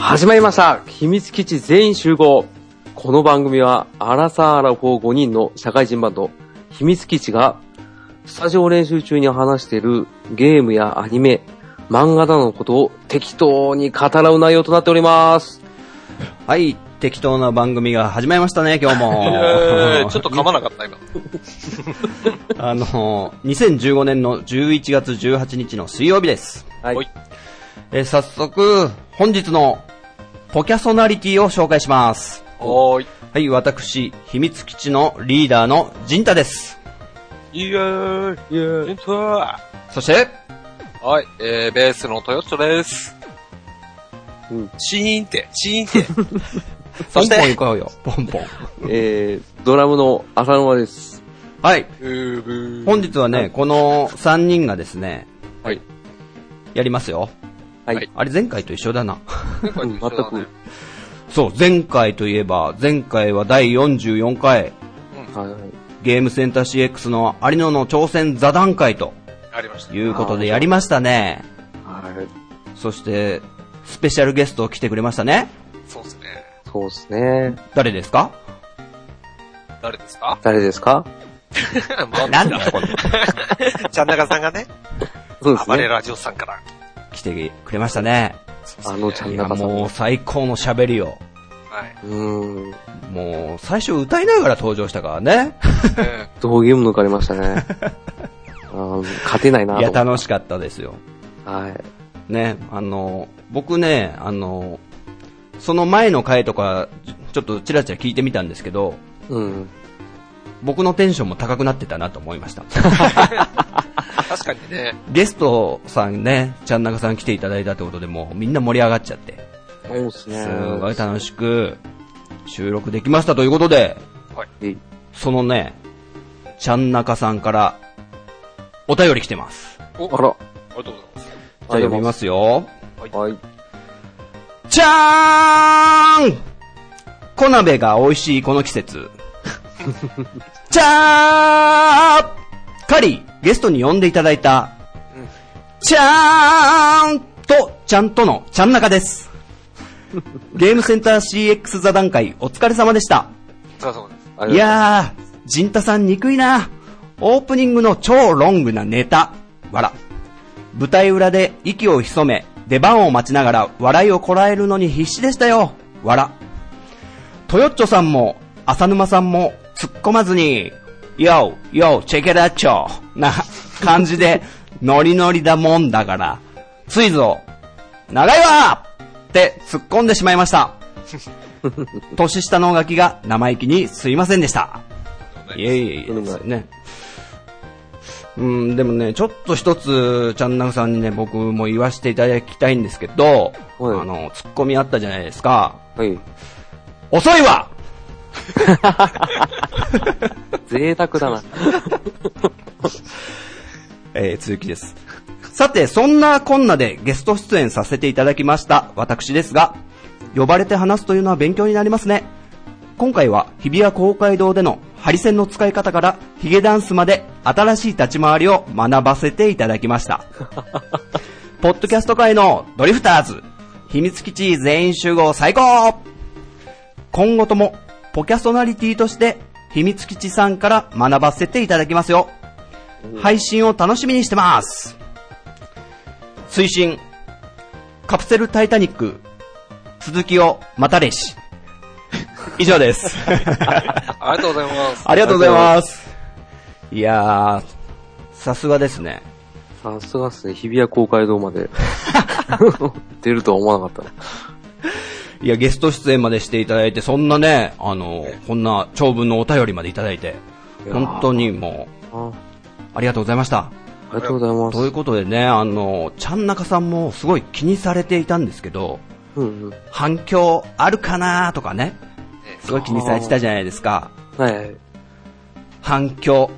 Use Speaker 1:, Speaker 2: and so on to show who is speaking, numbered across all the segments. Speaker 1: 始まりました秘密基地全員集合この番組は、アラサーアラフォー5人の社会人バンド、秘密基地が、スタジオ練習中に話しているゲームやアニメ、漫画などのことを適当に語らう内容となっております。
Speaker 2: はい、適当な番組が始まりましたね、今日
Speaker 3: えー
Speaker 2: も。
Speaker 3: ちょっと噛まなかった今。
Speaker 2: あの、2015年の11月18日の水曜日です。
Speaker 1: は
Speaker 3: はい
Speaker 1: い。
Speaker 2: えー早速、本日のポキャソナリティを紹介します。
Speaker 3: はーい。
Speaker 2: はい、私、秘密基地のリーダーのジンタです。
Speaker 3: イエーイ
Speaker 1: イエー
Speaker 3: エントー
Speaker 2: そして、
Speaker 3: はい、えー、ベースのトヨッチョです。
Speaker 1: うん
Speaker 3: シーンって、シーンって。そ
Speaker 2: ポンポン
Speaker 3: して、
Speaker 2: 行こうよ、ポンポン。
Speaker 1: えー、ドラムの浅沼です。
Speaker 2: はい、
Speaker 3: ブーブー
Speaker 2: 本日はね、この3人がですね、
Speaker 3: はい。
Speaker 2: やりますよ。
Speaker 1: はい。
Speaker 3: はい
Speaker 2: あれ、前回と一緒だな。
Speaker 1: うん全く。
Speaker 2: そう、前回といえば、前回は第44回、
Speaker 1: はいはい。
Speaker 2: ゲームセンター CX の有野の挑戦座談会と
Speaker 3: ありました。
Speaker 2: いうことでやりましたね。
Speaker 1: はい。
Speaker 2: そして、スペシャルゲスト来てくれましたね。
Speaker 3: そうですね。
Speaker 1: そうですね。
Speaker 2: 誰ですか
Speaker 3: 誰ですか
Speaker 1: 誰ですか
Speaker 3: ま
Speaker 2: なんだこれ。
Speaker 3: あ、 ちゃんなかさんがね、
Speaker 1: そうです
Speaker 3: 暴れ
Speaker 1: ね。
Speaker 3: ラジオさんから。
Speaker 2: 来てくれましたね。
Speaker 1: あのちゃ
Speaker 2: い
Speaker 1: ん
Speaker 2: や、
Speaker 1: 中さん。
Speaker 2: もう最高の喋りを。
Speaker 3: は
Speaker 1: う
Speaker 3: い。
Speaker 1: ーん。
Speaker 2: もう、最初歌いながら登場したからね。
Speaker 3: え
Speaker 1: どういうも抜かれました ね。うん勝てないないと思
Speaker 2: や、
Speaker 1: って。
Speaker 2: 楽しかったですよ。
Speaker 1: はい。
Speaker 2: ね、あの、僕ね、あの、その前の回とか、ちょっとチラチラ聞いてみたんですけど、
Speaker 1: うん。
Speaker 2: 僕のテンションも高くなってたなと思いました。
Speaker 3: ー確かにね、
Speaker 2: ゲストさんね、ちゃんなかさん来ていただいたってことでもうみんな盛り上がっちゃって、
Speaker 1: そうですね。
Speaker 2: すごい楽しく収録できましたということで、
Speaker 1: い。
Speaker 2: そのね、ちゃんなかさんからお便り来てます。
Speaker 3: お、
Speaker 1: あら。
Speaker 3: ありがとうございま
Speaker 2: じ
Speaker 3: す。
Speaker 2: ゃあ読みますよ。
Speaker 1: はい。
Speaker 2: じゃーん小鍋が美味しいこの季節。じゃーカリー、ゲストに呼んでいただいた、ちゃーんと、ちゃんとの、ちゃん中です。ゲームセンター CX 座談会、お疲れ様でした。
Speaker 3: お疲
Speaker 1: ありが
Speaker 3: れ様です。
Speaker 1: とうございます
Speaker 2: いやー、ジンタさん憎いな。オープニングの超ロングなネタ。笑。舞台裏で息を潜め、出番を待ちながら笑いをこらえるのに必死でしたよ。笑。トヨッチョさんも、浅沼さんも、突っ込まずに、よ o よ o チェケラッチョな感じで、ノリノリだもんだから、ついぞ、長いわって突っ込んでしまいました。 年下のガキが生意気にすいませんでした。いえいえい
Speaker 1: とんでもな
Speaker 2: え、
Speaker 1: い
Speaker 2: ね。うん、でもね、ちょっと一つ、ちゃんなぐさんにね、僕も言わせていただきたいんですけど、あ
Speaker 1: はい
Speaker 2: の、ツッコミあったじゃないですか。
Speaker 1: はい。
Speaker 2: 遅いわ
Speaker 1: 贅沢だな。
Speaker 2: えー続きです。さて、そんなこんなでゲスト出演させていただきました、私ですが、呼ばれて話すというのは勉強になりますね。今回は日比谷公会堂でのハリセンの使い方からヒゲダンスまで新しい立ち回りを学ばせていただきました。ポッドキャスト界のドリフターズ、秘密基地全員集合最高今後ともポキャソナリティとして秘密基地さんから学ばせていただきますよ。配信を楽しみにしてます。推進、カプセルタイタニック、続きをまたれし。 以上 です。
Speaker 3: ありがとうございます。
Speaker 2: ありがとうございます。いやー、さすがですね。
Speaker 1: さすがっすね。日比谷公会堂ま で。出るとは思わなかっ
Speaker 2: いや、ゲスト出演までしていただいて、そんなね、あの、こんな長文のお便りまでいただいて、
Speaker 1: いやー
Speaker 2: 本当にも
Speaker 1: た
Speaker 2: う、
Speaker 1: な。あ
Speaker 2: ありがとうございました。
Speaker 1: ありがとうございま
Speaker 2: とい
Speaker 1: す。
Speaker 2: うことでね、あの、ちゃんなかさんもすごい気にされていたんですけど、
Speaker 1: うんうん。
Speaker 2: 反響あるかなとかね
Speaker 3: え、
Speaker 2: すごい気にされてたじゃないですか。
Speaker 1: はいはい。
Speaker 2: 反響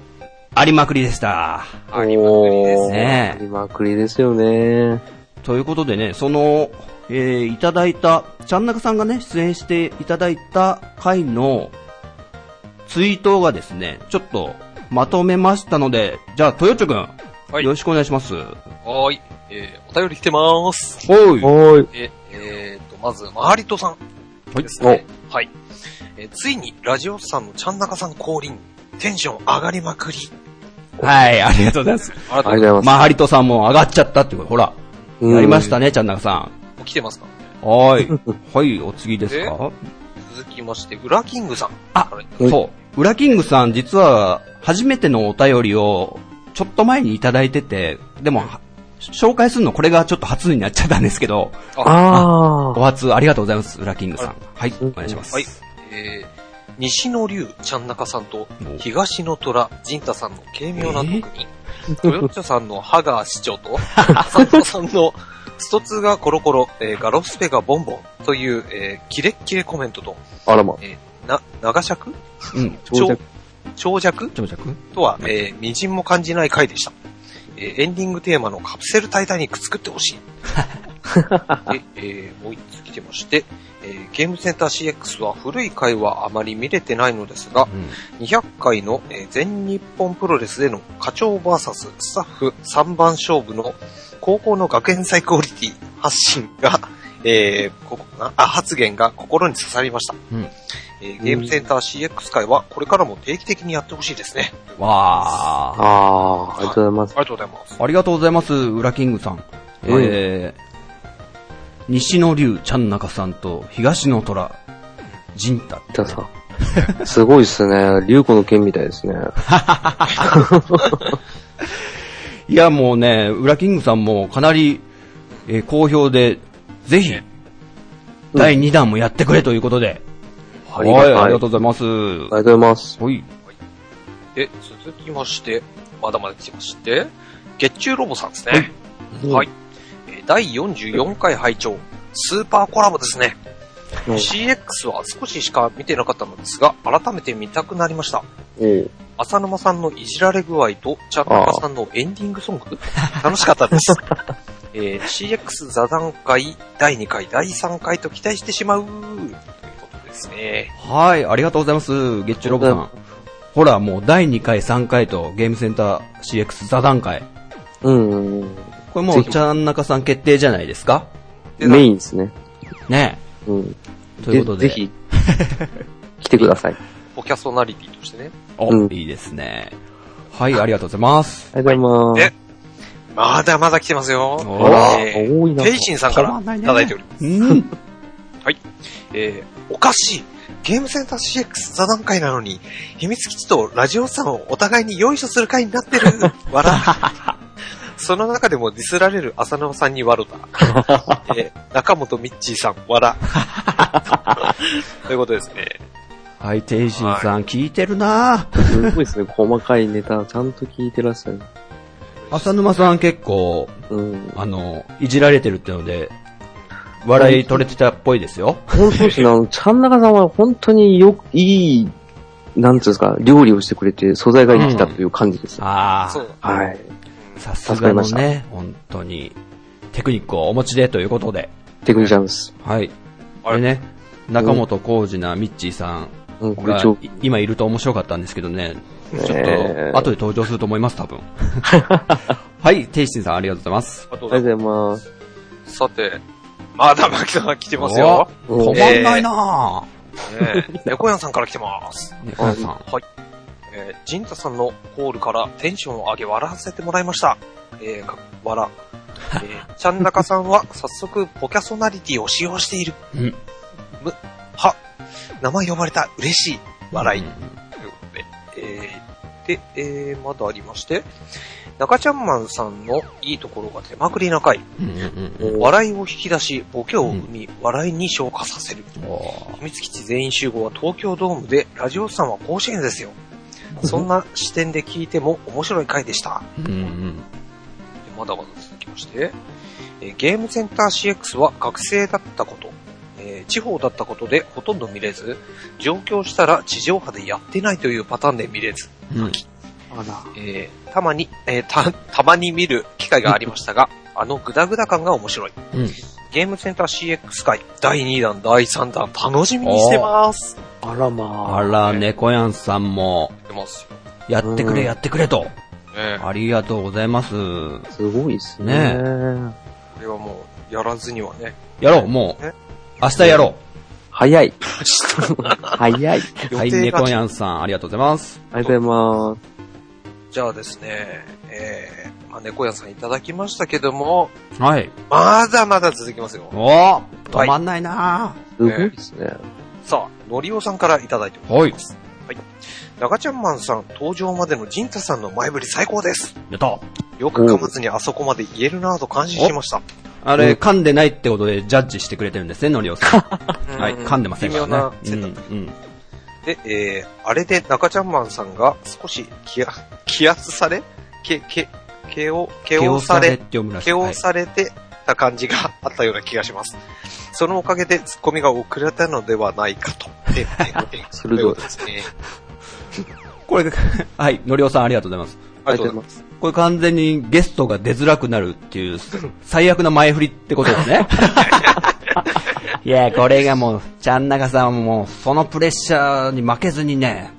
Speaker 2: ありまくりでした。
Speaker 3: ありまくりです
Speaker 2: ね
Speaker 1: ありまくりですよね。
Speaker 2: ということでね、その、えー、いただいた、ちゃんなかさんがね、出演していただいた回のツイートがですね、ちょっとまとめましたので、じゃあ、豊ちょくん、
Speaker 3: はい
Speaker 2: よろしくお願いします。
Speaker 3: はーい。えー、お便り来てまーす。
Speaker 2: おい。
Speaker 1: おーい。
Speaker 3: え、えーと、まず、マハリトさん
Speaker 2: はい
Speaker 3: ですね。はい。えーついに、ラジオスさんのちゃんなかさん降臨。テンション上がりまくり。
Speaker 2: はい、ありがとうござい ます。
Speaker 3: あな
Speaker 1: ありがと
Speaker 3: た
Speaker 1: うございます。
Speaker 2: まあ、ハリトさんも上がっちゃったってこと。ほら、
Speaker 1: うん
Speaker 2: やりましたね、ちゃんなかさ
Speaker 3: もう来てますか
Speaker 2: ん。はーい。はい、お次ですか
Speaker 3: 続きまして、ウラキングさん。
Speaker 2: あ
Speaker 3: からいただき
Speaker 1: はい
Speaker 2: そう。ウラキングさん、実は、初めてのお便りを、ちょっと前にいただいてて、でも、は紹介するのこれがちょっと初になっちゃったんですけど、
Speaker 1: あ
Speaker 2: お初ありがとうございます、ウラキングさん。はい、お願いします。
Speaker 3: はい。えー西の竜、ちゃんなかさんと
Speaker 2: お、
Speaker 3: 東の虎、陣太さんの軽妙な特技、トヨッチョさんのハガー市 長と、サントさんのスト2がコロコロ、えーガロスペがボンボンという、えーキレッキレコメントと、
Speaker 1: あ。あらま。
Speaker 3: な、長尺
Speaker 2: うん。
Speaker 1: 長尺
Speaker 3: 長尺
Speaker 2: 長尺
Speaker 3: とは、えー、微塵も感じない回でした。えーエンディングテーマのカプセルタイタニック作っ てほしい。で、えーもう一つ来てまして、えーゲームセンター CX は古い回はあまり見れてないのですが、
Speaker 2: うん。
Speaker 3: 200回の、えー全日本プロレスでの課長 VS スタッフ3番勝負の高校の学園祭クオリティ発信が、 えーここああ発言が心に刺さりました、
Speaker 2: うん
Speaker 3: えーゲームセンター CX 会はこれからも定期的にやってほしいですね。
Speaker 2: わー。
Speaker 1: ああ、ありがとうございます。
Speaker 3: ありがとうございます。
Speaker 2: ありがとうございます、ウラキングさん。えー、西の竜、ちゃんなかさんと、東の虎、ジンタ。
Speaker 1: 北さん。すごいですね。竜子の剣みたいですね。
Speaker 2: いや、もうね、ウラキングさんもかなり、えー好評で、ぜひ、第2弾もやってくれということで。
Speaker 1: ありがたい
Speaker 2: はいありがとうございます。
Speaker 1: ありがとうございます。
Speaker 2: はい。
Speaker 3: で、続きまして、まだまだ来てまして、月中ロボさんですね。はい。えー第44回拝聴スーパーコラボですね。
Speaker 1: うん
Speaker 3: CX は少ししか見てなかったのですが、改めて見たくなりました。
Speaker 1: おう
Speaker 3: 浅沼さんのいじられ具合と、ちゃんなかさんのエンディングソン グ楽しかったです。えー CX 座談会第2回、第3回と期待してしまう、ということですね。
Speaker 2: はい、ありがとうございます、ゲッチュロブさ
Speaker 1: あり
Speaker 2: ん。ほら、もう第2回、3回と、ゲームセンター CX 座談会。
Speaker 1: うん。
Speaker 2: これも
Speaker 1: ぜ
Speaker 2: う、
Speaker 1: ひ
Speaker 2: ちゃんなかさん決定じゃないですか
Speaker 3: で
Speaker 1: メインですね。
Speaker 2: ね
Speaker 1: うん。
Speaker 2: え。ということで。
Speaker 1: ぜひ、来てくだ さい。
Speaker 3: ポキャソナリティとしてね。
Speaker 2: お、
Speaker 1: うん
Speaker 2: いいですね。はい、ありがとうございます。
Speaker 1: ありがとうございます。
Speaker 3: まだまだ来てますよ。
Speaker 2: お
Speaker 1: あら、
Speaker 3: えー
Speaker 1: 多いな。
Speaker 3: ペイシンさんからいただいております。
Speaker 2: うん。
Speaker 3: えー、おかしい。ゲームセンター CX 座談会なのに、秘密基地とラジオさんをお互いに用意書する会になってる。笑その中でもディスられる浅野さんに笑った。えー中本ミッチーさん、笑。ということですね。
Speaker 2: はい、ていしんさん、聞いてるなぁ
Speaker 1: すごいですね。細かいネタ、ちゃんと聞いてらっしゃる。
Speaker 2: 浅沼さん結構、
Speaker 1: うん。
Speaker 2: あの、いじられてるってので、笑い取れてたっぽいですよ。
Speaker 1: 本当ですね。あの、ちゃんなかさんは本当によく、いい、なんていうんですか、料理をしてくれて、素材が生きたという感じです。
Speaker 2: あ
Speaker 3: そう
Speaker 2: あ、。
Speaker 1: はい。
Speaker 2: さすがのね、本当に、テクニックをお持ちでということで。
Speaker 1: テクニシャンです。
Speaker 2: はい。
Speaker 3: あ
Speaker 2: あ
Speaker 3: れ
Speaker 2: れね、中本浩二なミッチーさん
Speaker 1: うん、これ
Speaker 2: が
Speaker 1: 一応、
Speaker 2: い今いると面白かったんですけどね、ちょっ
Speaker 1: えー
Speaker 2: と後で登場すると思います、多分。はい、ていしんさんありがとうございます。
Speaker 3: あと
Speaker 1: ありがとうございます。
Speaker 3: さて、まだマキさんが来てますよ。
Speaker 2: お止まんないな
Speaker 3: ねえ猫やんさんから来てます。
Speaker 2: ぁ。猫屋さん。
Speaker 3: えー、ジンタさんのコールからテンションを上げ笑わせてもらいました。えー、か 笑。えー、ちゃんなかさんは早速ポキャソナリティを使用している。
Speaker 2: うん
Speaker 3: む、は、名前呼ばれた、嬉しい。笑い。
Speaker 2: うん
Speaker 3: ということで、えー、で、えー、まだありまして、中ちゃんマンさんのいいところが手まくりな回、
Speaker 2: うんうん
Speaker 1: お
Speaker 3: 笑いを引き出し、ボケを生み、笑いに昇華させる。
Speaker 2: うん。おー
Speaker 3: 秘密基地全員集合は東京ドームで、ラジオさんは甲子園です よ。そんな視点で聞いても面白い回でした。
Speaker 2: うんうん。
Speaker 3: まだまだ続きまして、えーゲームセンター CX は学生だったこと、えー地方だったことでほとんど見れず、上京したら地上波でやってないというパターンで見れず、
Speaker 2: うん
Speaker 1: あら。
Speaker 3: えーたまに、えーた、 たまに見る機会がありましたが、 あのグダグダ感が面白い。
Speaker 2: うん
Speaker 3: ゲームセンター CX 会第2弾、第3弾、楽しみにしてます。
Speaker 1: あらま
Speaker 2: あら、猫やんさんも、
Speaker 3: やってますよ
Speaker 2: やってく
Speaker 1: う
Speaker 2: れ、
Speaker 1: ん
Speaker 2: やってくれと。
Speaker 3: ね
Speaker 2: ありがとうございます。
Speaker 1: すごいですね。
Speaker 2: ね
Speaker 3: これはもう、やらずにはね。
Speaker 2: やろう、も
Speaker 3: え
Speaker 2: 明日やろ
Speaker 1: 早い。早い。
Speaker 2: う。
Speaker 3: 予
Speaker 2: はい、
Speaker 3: 定
Speaker 2: ネ
Speaker 3: が
Speaker 2: コヤンさん、ありがとうございます。
Speaker 1: ありがとうございます。
Speaker 3: じゃあですね、えー、まあ、猫屋さんいただきましたけども、
Speaker 2: はい。
Speaker 3: まだまだ続きますよ。
Speaker 2: おー止まんないな
Speaker 1: すごいですね。
Speaker 3: さあ、のりおさんからいただいております。
Speaker 2: ぁはい。
Speaker 3: 長ちゃんマンさん、登場までのジンタさんの前振り最高です。
Speaker 2: やった。
Speaker 3: よく噛まずにあそこまで言えるなぁと感心しました。
Speaker 2: あれ、噛んでないってことでジャッジしてくれてるんですね、のりおさん。
Speaker 3: うん
Speaker 2: はい、噛んでませんか
Speaker 3: 微妙
Speaker 2: ら
Speaker 3: な
Speaker 2: ね。
Speaker 3: 線だった
Speaker 2: うん、うん。
Speaker 3: で、えー、あれで中ちゃんマンさんが少し気圧、気圧されけ、け、けを、けをさ
Speaker 2: っ
Speaker 3: れ
Speaker 2: て、読むらしい。
Speaker 3: けを
Speaker 2: はい
Speaker 3: されてた感じがあったような気がします。そのおかげでツッコミが遅れたのではないかと。ええええ
Speaker 1: 鋭い
Speaker 3: とうことですね。
Speaker 2: これ、 はい、のりおさんありがとうございます。
Speaker 3: あ
Speaker 1: あ
Speaker 3: りが
Speaker 1: り
Speaker 3: と
Speaker 1: がとうご
Speaker 3: うございま
Speaker 1: ざい
Speaker 3: す。
Speaker 1: ます。
Speaker 2: これ完全にゲストが出づらくなるっていう、最悪な前振りってことですね。 いや、これがもう、ちゃんなかさんはもう、そのプレッシャーに負けずにね、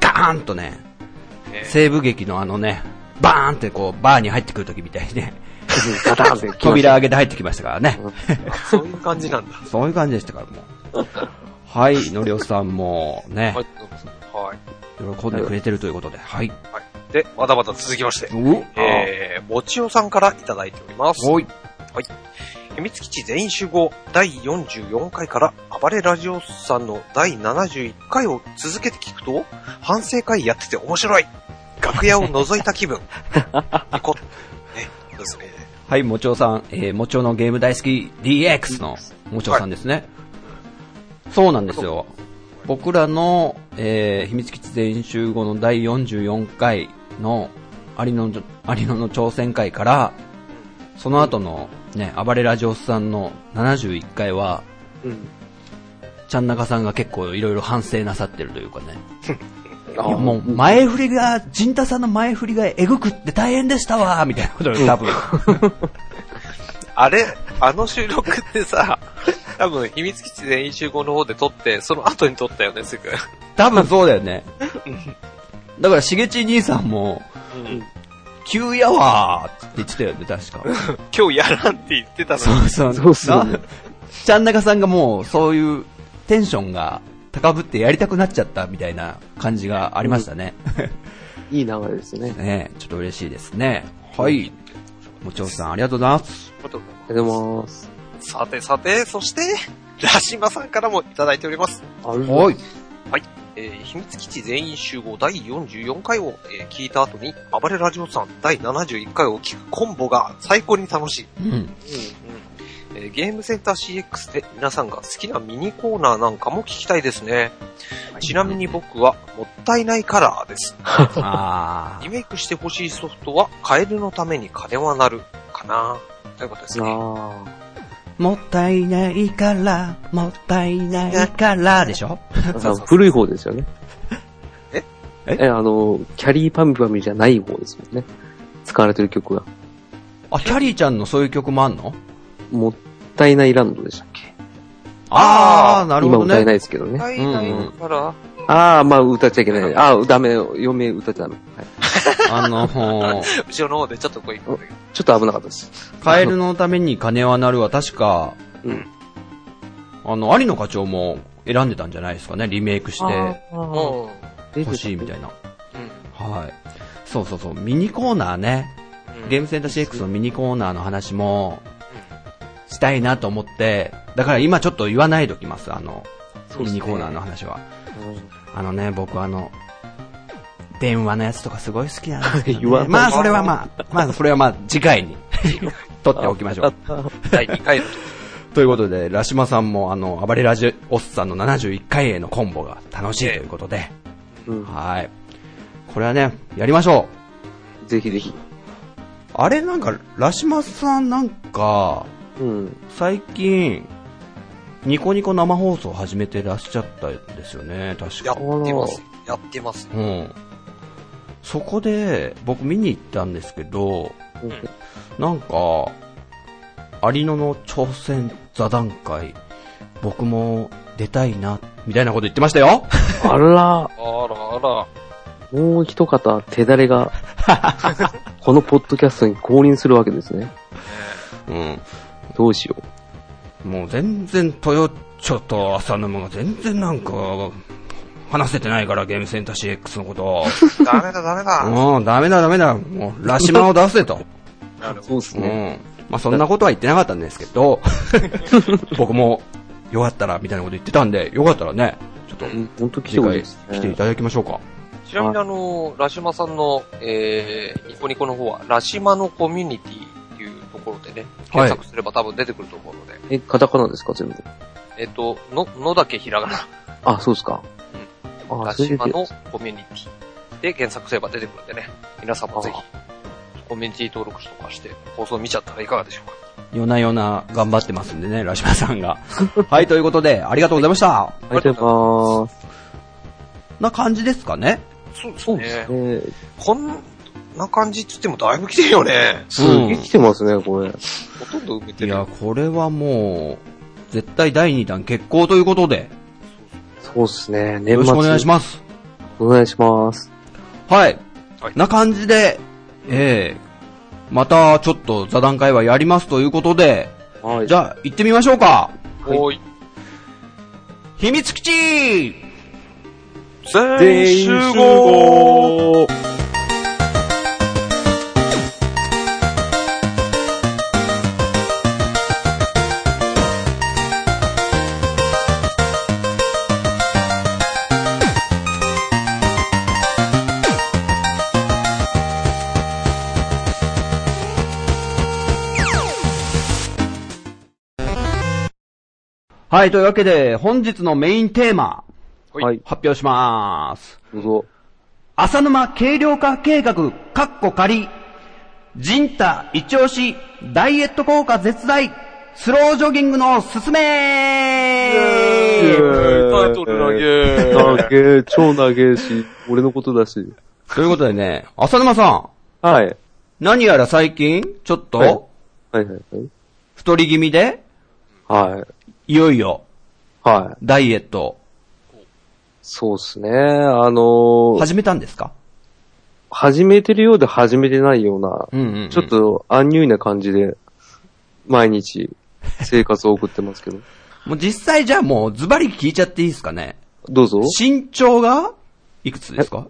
Speaker 2: ガーンとね、
Speaker 3: ね
Speaker 2: 西部劇のあのね、バーンってこう、バーに入ってくるときみたいにね、
Speaker 1: ガタンって来ました
Speaker 2: 扉開けて入ってきましたからね。
Speaker 3: そういう感じなんだ。
Speaker 2: そういう感じでしたから、もう。はい、のりおさんもね
Speaker 3: は、いどうぞはい。
Speaker 2: 喜んでくれてるということで、はい。
Speaker 3: はい。で、まだまだ続きまして。
Speaker 2: お
Speaker 3: えー、もちおさんからいただいております。
Speaker 2: おい。
Speaker 3: 秘密基地全員集合第44回から暴れラジオさんの第71回を続けて聞くと、反省会やってて面白い楽屋を覗いた気分ニコッね、そうですね。
Speaker 2: はい、もちおさん、えー、もちおのゲーム大好き DX のもちおさんですね。そうなんですよ。僕らの、えー、秘密基地全員集合の第44回の有野の、有野の挑戦会から、その後のね、暴れラジオスさんの71回は、
Speaker 1: うん。
Speaker 2: ちゃんなかさんが結構いろいろ反省なさってるというかね。
Speaker 1: あ
Speaker 2: いやもう前振りが、陣田さんの前振りがえぐくって大変でしたわ、みたいなことを多分。
Speaker 3: あれ、あの収録って さ、多分秘密基地全員集合の方で撮って、その後に撮ったよね、すぐ。
Speaker 2: 多分そうだよね。だから、しげち兄さんも、急やわーって言ってたよね、確か。
Speaker 3: 今日やらんって言ってたのに。
Speaker 2: そうそう。
Speaker 1: そうっすよね
Speaker 2: なちゃんなかさんがもう、そういうテンションが高ぶってやりたくなっちゃったみたいな感じがありましたね。
Speaker 1: いい流れですね。
Speaker 2: ねちょっと嬉しいですね。はい。もちろんさん、ありがとうございます。
Speaker 3: ありがとうござい
Speaker 1: ありがとうございます。
Speaker 3: ますさてさて、そして、ラシマさんからもいただいております。
Speaker 1: ある
Speaker 2: はい。
Speaker 3: えー秘密基地全員集合第44回を、えー聞いた後に、暴れラジオさん第71回を聞くコンボが最高に楽しい。
Speaker 2: うん。
Speaker 3: えーゲームセンター CX で皆さんが好きなミニコーナーなんかも聞きたいですね。ちなみに僕は、もったいないカラーです。
Speaker 2: あ
Speaker 3: リメイクしてほしいソフトは、カエルのために金はなる、かなということですね。
Speaker 1: あ
Speaker 2: ー。 もったいないから、もったいないからでしょ
Speaker 1: ーあの古い方ですよね。
Speaker 3: え
Speaker 2: え
Speaker 1: え、あの、キャリーパミュパミュじゃない方ですもんね。使われてる曲が。
Speaker 2: あ、キャリーちゃんのそういう曲もあんの
Speaker 1: もったいないランドでしたっけ
Speaker 2: あー、なるほ
Speaker 1: 今
Speaker 2: どね。
Speaker 1: 歌えないですけどね
Speaker 3: もっ。たいないカラー、
Speaker 1: ああ、まあ歌っちゃいけない。ああ、ダメ、嫁歌っちゃダメ。はい。
Speaker 2: あのー、
Speaker 3: 後ろの方でちょっとこう行くんだけど。
Speaker 1: ちょっと危なかったです。
Speaker 2: カエルのために金はなるは確か、
Speaker 1: うん
Speaker 2: あの、有野課長も選んでたんじゃないですかね、リメイクして
Speaker 1: あ
Speaker 2: 欲しいみたいな。
Speaker 3: うん。うん。
Speaker 2: はい。そうそうそう、ミニコーナーね、ゲームセンター CX のミニコーナーの話も、したいなと思って、だから今ちょっと言わないときます、あの、
Speaker 1: そうっ
Speaker 2: ミ
Speaker 1: すね
Speaker 2: ニコーナーの話は。あのね、僕あの、電話のやつとかすごい好きなんですけ
Speaker 1: 言
Speaker 2: ど、
Speaker 1: わな
Speaker 2: ね。
Speaker 1: い
Speaker 2: まあそれはまあ、まあそれはまあ次回 に撮っておきましょう。
Speaker 3: 第2回の時
Speaker 2: ということで、ラシマさんもあの、暴れラジオおっさんの71回へのコンボが楽しいということで、
Speaker 1: うん
Speaker 2: はい。これはね、やりましょう。
Speaker 1: ぜひぜひ。
Speaker 2: あれなんか、ラシマさんなんか、
Speaker 1: うん。
Speaker 2: 最近、ニコニコ生放送始めてらっしゃったんですよね、確
Speaker 3: や
Speaker 2: か。
Speaker 3: っ てます。やってます。
Speaker 2: うん。そこで、僕見に行ったんですけど、なんか、有野の挑戦座談会、僕も出たいな、みたいなこと言ってました よ
Speaker 1: あら、
Speaker 3: あらあら。
Speaker 1: もう一方、手だれ が、このポッドキャストに降臨するわけですね。
Speaker 2: うん。
Speaker 1: どうしよ
Speaker 2: もう全然トヨッチョと浅沼が全然なんか話せてないからゲームセンター CX の こと
Speaker 3: ダメだ、ダメだ。
Speaker 2: もうダメだダメだもうラシマを出せと、
Speaker 3: なるほ
Speaker 1: そうです
Speaker 2: うん
Speaker 1: ね。
Speaker 2: まあ、そんなことは言ってなかったんですけ ど僕もよかったらみたいなこと言ってたんでよかったらねちょっと
Speaker 1: うん、本当来
Speaker 2: 次
Speaker 1: てほしい
Speaker 2: 回
Speaker 1: ですね。
Speaker 2: 来ていただきましょうか、
Speaker 3: ど。ちなみにあの、ラシマさんの、えー、ニコニコの方は、ラシマのコミュニティっていうところでね、
Speaker 2: はい
Speaker 3: 検索すれば多分出てくると思うので、
Speaker 1: え、カタカナですか全部。
Speaker 3: えっと、の、のだけひらがな、
Speaker 1: あ、そうですか。あ、
Speaker 3: ラ
Speaker 1: それ
Speaker 3: シ
Speaker 1: で
Speaker 3: マのコミュニティで検索すれば出てくるんでね、皆さんもぜひ、コミュニティ登録とかして、放送見ちゃったらいかがでしょうか。
Speaker 2: 夜な夜な頑張ってますんでね、ラシマさ んが。はい、ということで、ありがとうございました。
Speaker 1: ありがとうございます。
Speaker 2: な感じですかね。
Speaker 3: そうです
Speaker 1: そうですね。
Speaker 3: こんな感じっつってもだいぶ来てるよね。
Speaker 1: すげえ来てますね、これ。
Speaker 3: ほとんど埋めて
Speaker 2: い
Speaker 3: る。
Speaker 2: や、これはもう、絶対第2弾決行ということで、
Speaker 1: そうですね。年末。
Speaker 2: よろしくお願いします。
Speaker 1: お願いします。
Speaker 2: はい。
Speaker 3: はい
Speaker 2: な感じで、ええまたちょっと座談会はやりますということで、
Speaker 1: はい。
Speaker 2: じゃあ行ってみましょうか。
Speaker 3: おい。
Speaker 2: 秘密基地
Speaker 3: 全員集合
Speaker 2: はい、というわけで、本日のメインテーマ、
Speaker 1: はい。
Speaker 2: 発表しまーす。
Speaker 1: どうぞ。
Speaker 2: 浅沼軽量化計画、カッコ仮。人太一押し、ダイエット効果絶大、スロージョギングのすすめ
Speaker 3: タイトル投げ
Speaker 1: 投げ、超投げし、俺のことだし。
Speaker 2: ということでね、浅沼さ
Speaker 1: はい。
Speaker 2: ん、何やら最近、ちょっ
Speaker 1: はい
Speaker 2: と、
Speaker 1: はいはいはい。
Speaker 2: 太り気味で、
Speaker 1: はい。
Speaker 2: いよいよ、
Speaker 1: はい。
Speaker 2: ダイエット、
Speaker 1: そうですね。あのー
Speaker 2: 始めたんですか
Speaker 1: 始めてるようで始めてないような、
Speaker 2: うんうんうん
Speaker 1: ちょっとアンニュイな感じで、毎日、生活を送ってますけど。
Speaker 2: もう実際じゃあもう、ズバリ聞いちゃっていいですかね。
Speaker 1: どうぞ。
Speaker 2: 身長が、いくつですか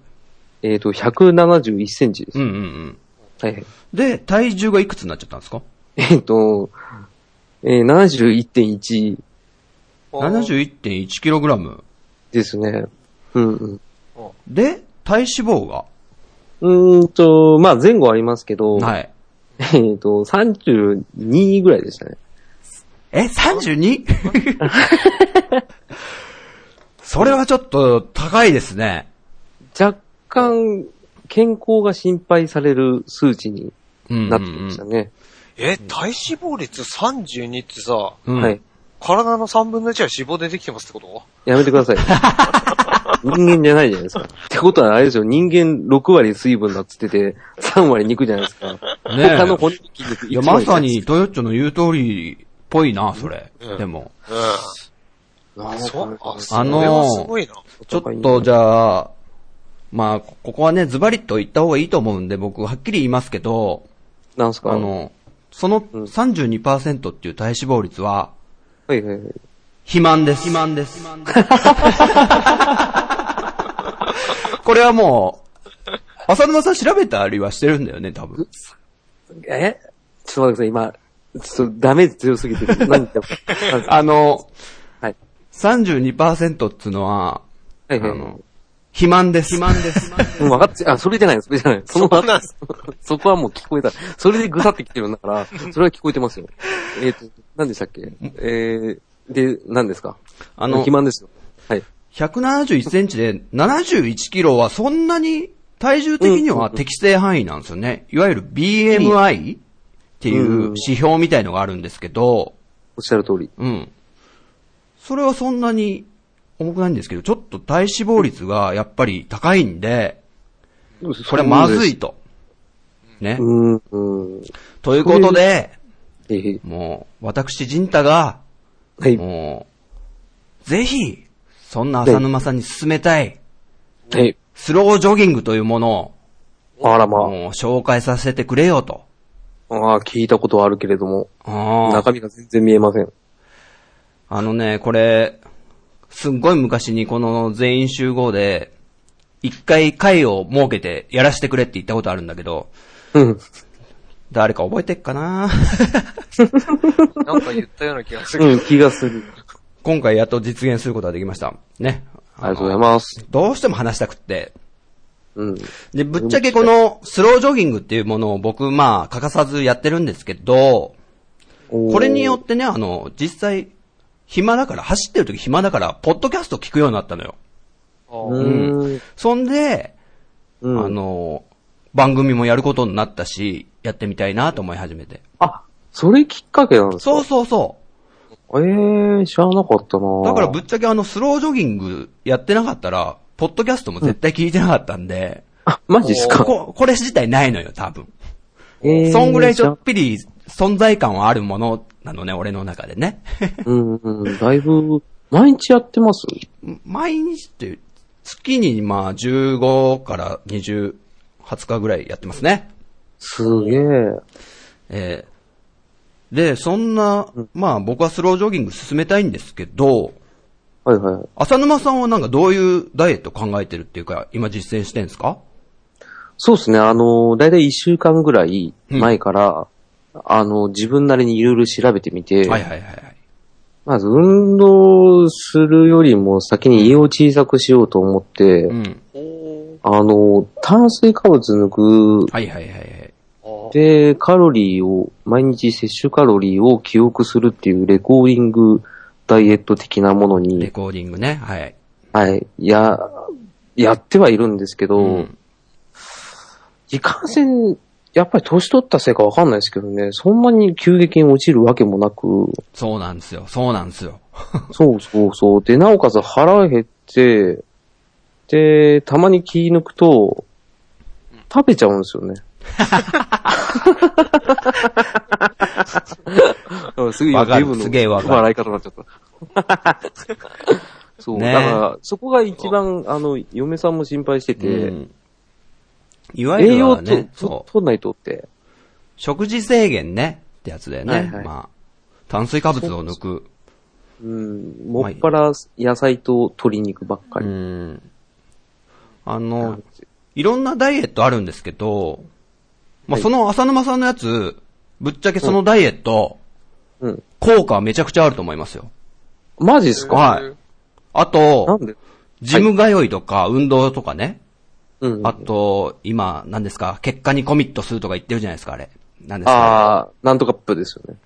Speaker 1: えっ、と、171センチです。
Speaker 2: うんうんうん。
Speaker 1: はいはい。
Speaker 2: で、体重がいくつになっちゃったんですか
Speaker 1: えっ、と、えー、71.1
Speaker 2: ?71.1kg。
Speaker 1: ですね。うんうん。
Speaker 2: で、体脂肪が。
Speaker 1: うーんと、まあ前後ありますけど、
Speaker 2: はい。
Speaker 1: えっと、32ぐらいでしたね。
Speaker 2: え、32? それはちょっと高いですね。
Speaker 1: 若干、健康が心配される数値に
Speaker 2: うん
Speaker 1: なってきましたね。
Speaker 3: え、体脂肪率32ってさ、
Speaker 2: うんうん
Speaker 1: はい。。
Speaker 3: 体の3分の1は脂肪でできてますってこと
Speaker 1: やめてく ださい。人間じゃないじゃないですか。ってことはあれですよ、人間6割水分だっつってて、3割肉じゃないですか。
Speaker 2: ねえ
Speaker 1: 他の骨に筋肉
Speaker 2: いや、
Speaker 1: 1割
Speaker 2: まさにトヨッチョの言う通りっぽいな、それ。
Speaker 3: うん
Speaker 2: でも、
Speaker 3: う。
Speaker 1: なんん
Speaker 3: そ
Speaker 1: か
Speaker 3: う、あ、
Speaker 2: あ
Speaker 3: そ
Speaker 2: のー
Speaker 3: れはすごいな。
Speaker 2: ちょっとじゃあ、まあ、こここはね、ズバリッと言った方がいいと思うんで、僕、はっきり言いますけど、
Speaker 1: なんすか
Speaker 2: あ、の、その
Speaker 1: うん
Speaker 2: 32%っていう体脂肪率は、
Speaker 1: はいはいはい。
Speaker 2: 肥満です。肥満 です。これはもう、浅沼さん調べたりはしてるんだよね、多分。
Speaker 1: えちょっと待ってください、今、ちょっとダメージ強すぎて、何言 っても
Speaker 2: あの、
Speaker 1: はい。
Speaker 2: 32%っつうのは、
Speaker 1: は
Speaker 2: あ
Speaker 1: いはい。も
Speaker 2: の、肥満です。肥満 です。
Speaker 1: う分かって、あ、それじゃない、それじゃない。その
Speaker 3: そこなんです
Speaker 1: そこはもう聞こえた。それでぐさってきてるんだ から、それは聞こえてますよ。えっ、と、何でしたっけえー、で、何ですか
Speaker 2: あの
Speaker 1: 肥満ですよ。はい。
Speaker 2: 171センチで71キロはそんなに体重的には適正範囲なんですよね。いわゆる BMI っていう指標みたいのがあるんですけど、
Speaker 1: おっしゃる通り。
Speaker 2: うん。それはそんなに重くないんですけど、ちょっと体脂肪率がやっぱり高いんで、これはまずい。と。ね
Speaker 1: う。ん、うん。
Speaker 2: ということで、
Speaker 1: えー、
Speaker 2: もう、私、陣太が、
Speaker 1: はい。
Speaker 2: もう、ぜひ、そんな浅沼さんに勧めたい、
Speaker 1: はい。
Speaker 2: スロージョギングというもの
Speaker 1: あらま
Speaker 2: を、もう、紹介させてくれよと。
Speaker 1: あ。ああ、聞いたことはあるけれども、
Speaker 2: うん
Speaker 1: 中身が全然見えません。
Speaker 2: あのね、これ、すっごい昔にこの全員集合で、一回会を設けてやらせてくれって言ったことあるんだけど、
Speaker 1: うん。
Speaker 2: 誰か覚えてっかな
Speaker 3: なんか言ったような気がする。
Speaker 1: うん、気がする。
Speaker 2: 今回やっと実現することができました。ね。
Speaker 1: ありがとうございます。
Speaker 2: どうしても話したくって。
Speaker 1: うん。
Speaker 2: で、ぶっちゃけこのスロージョギングっていうものを僕、まあ、欠かさずやってるんですけど、これによってね、あの、実際、暇だから、走ってる時暇だから、ポッドキャスト聞くようになったのよ。
Speaker 3: あー
Speaker 1: うーん。
Speaker 2: そんで、
Speaker 1: うん
Speaker 2: あの、番組もやることになったし、やってみたいなと思い始めて。
Speaker 1: あ、それきっかけなんですか
Speaker 2: そうそうそ
Speaker 1: ええー、知らなかったな
Speaker 2: う。
Speaker 1: ぁ
Speaker 2: だからぶっちゃけあの、スロージョギングやってなかったら、ポッドキャストも絶対聞いてなかったんで、
Speaker 1: あ、マジっすか
Speaker 2: こ、これ自体ないのよ、多分。
Speaker 1: えー
Speaker 2: そんぐらいちょっぴり存在感はあるものなのね、俺の中でね。
Speaker 1: うんうん。だいぶ、毎日やってます
Speaker 2: 毎日って、月にまあ15から20、20日ぐらいやってますね。
Speaker 1: すげえ。
Speaker 2: えーで、そんな、まあ僕はスロージョギング進めたいんですけど、
Speaker 1: はいはい。
Speaker 2: 浅沼さんはなんかどういうダイエット考えてるっていうか、今実践してんですか
Speaker 1: そうですね。あの、だいたい一週間ぐらい前から、あの、自分なりにいろいろ調べてみて、
Speaker 2: はいはいはいはい。
Speaker 1: まず運動するよりも先に胃を小さくしようと思って、
Speaker 2: うん。
Speaker 1: あの、炭水化物抜く、
Speaker 2: はいはいはいはい。
Speaker 1: で、カロリーを、毎日摂取カロリーを記憶するっていうレコーディングダイエット的なもの
Speaker 2: レ
Speaker 1: に、
Speaker 2: コーディングね。はい。
Speaker 1: はい、や、やってはいるんですけど、
Speaker 2: うん。
Speaker 1: いかんせん、やっぱり年取ったせいかわかんないですけどね、そんなに急激に落ちるわけもなく、
Speaker 2: そうなんですよ。そうなんですよ。
Speaker 1: そうそうそう。で、なおかつ腹減って、で、たまに気抜くと、食べちゃうんですよね。すげ
Speaker 2: わかるすげえわかる
Speaker 1: 笑い方になっちゃった。 そう、
Speaker 2: ねえ
Speaker 1: だから、そこが一番、あの、嫁さんも心配してて、
Speaker 2: うんいわゆ
Speaker 1: 栄
Speaker 2: る
Speaker 1: 養
Speaker 2: は
Speaker 1: と、
Speaker 2: ね、
Speaker 1: と
Speaker 2: そう。
Speaker 1: 取んないとって。
Speaker 2: 食事制限ね、ってやつだよね。
Speaker 1: はいはい
Speaker 2: まあ、炭水化物を抜く。
Speaker 1: うん、もっぱら野菜と鶏肉ばっかり。
Speaker 2: うん。あの、いろんなダイエットあるんですけど、まあ、
Speaker 1: はい
Speaker 2: その浅沼さんのやつ、ぶっちゃけそのダイエット、
Speaker 1: うん。
Speaker 2: 効果はめちゃくちゃあると思いますよ。
Speaker 1: マジっすか
Speaker 2: はい。あ
Speaker 1: な
Speaker 2: と、
Speaker 1: んで
Speaker 2: ジム通いとか、運動とかね。
Speaker 1: うん。
Speaker 2: あと、今、何ですか、結果にコミットするとか言ってるじゃないですか、あれ。何ですか、
Speaker 1: ああ、なんとかアップですよね。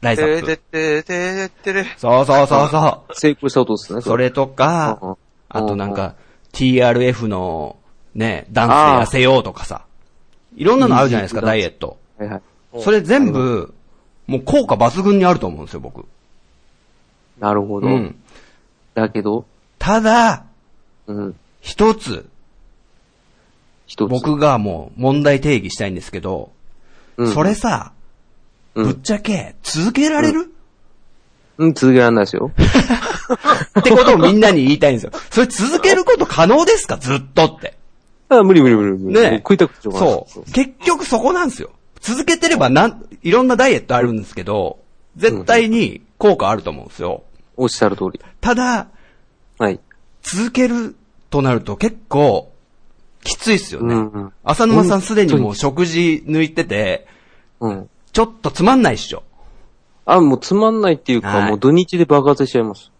Speaker 2: ライズア
Speaker 3: て
Speaker 2: ッ
Speaker 3: て
Speaker 2: プ。
Speaker 3: てててれ。
Speaker 2: そうそうそうそう。
Speaker 1: 成功した音ですね。
Speaker 2: それと
Speaker 1: うん
Speaker 2: か、あとなんか、TRF の、ね、ダンスで痩せようとかさ。いろんなのあるじゃないですか、
Speaker 1: うん
Speaker 2: ダイエット。
Speaker 1: はいはい。
Speaker 2: それ全部、もう効果抜群にあると思うんですよ、僕。
Speaker 1: なるほど。
Speaker 2: うん。
Speaker 1: だけど、
Speaker 2: ただ、
Speaker 1: うん。
Speaker 2: 一つ、
Speaker 1: 一つ。
Speaker 2: 僕がもう問題定義したいんですけど、
Speaker 1: うん、
Speaker 2: それさ、
Speaker 1: うん
Speaker 2: ぶっちゃけ、続けられる、
Speaker 1: うん、続けられないですよ。
Speaker 2: ってことをみんなに言いたい んですよ。それ続けること可能ですかずっとって。
Speaker 1: あ無理無理無理無理。
Speaker 2: ね
Speaker 1: もう食いたくてしょうがない。
Speaker 2: そう。結局そこなんですよ。続けてればなん、いろんなダイエットあるんですけど、絶対に効果あると思うんですよ。
Speaker 1: おっしゃる通り。
Speaker 2: ただ、
Speaker 1: はい。
Speaker 2: 続けるとなると結構、きついっすよね。
Speaker 1: うんうん
Speaker 2: 浅沼さんすでにもう食事抜いてて、
Speaker 1: うん。
Speaker 2: ちょっとつまんないっしょ。
Speaker 1: あ、もうつまんないっていうか、
Speaker 2: はい
Speaker 1: もう土日で爆発しちゃいます。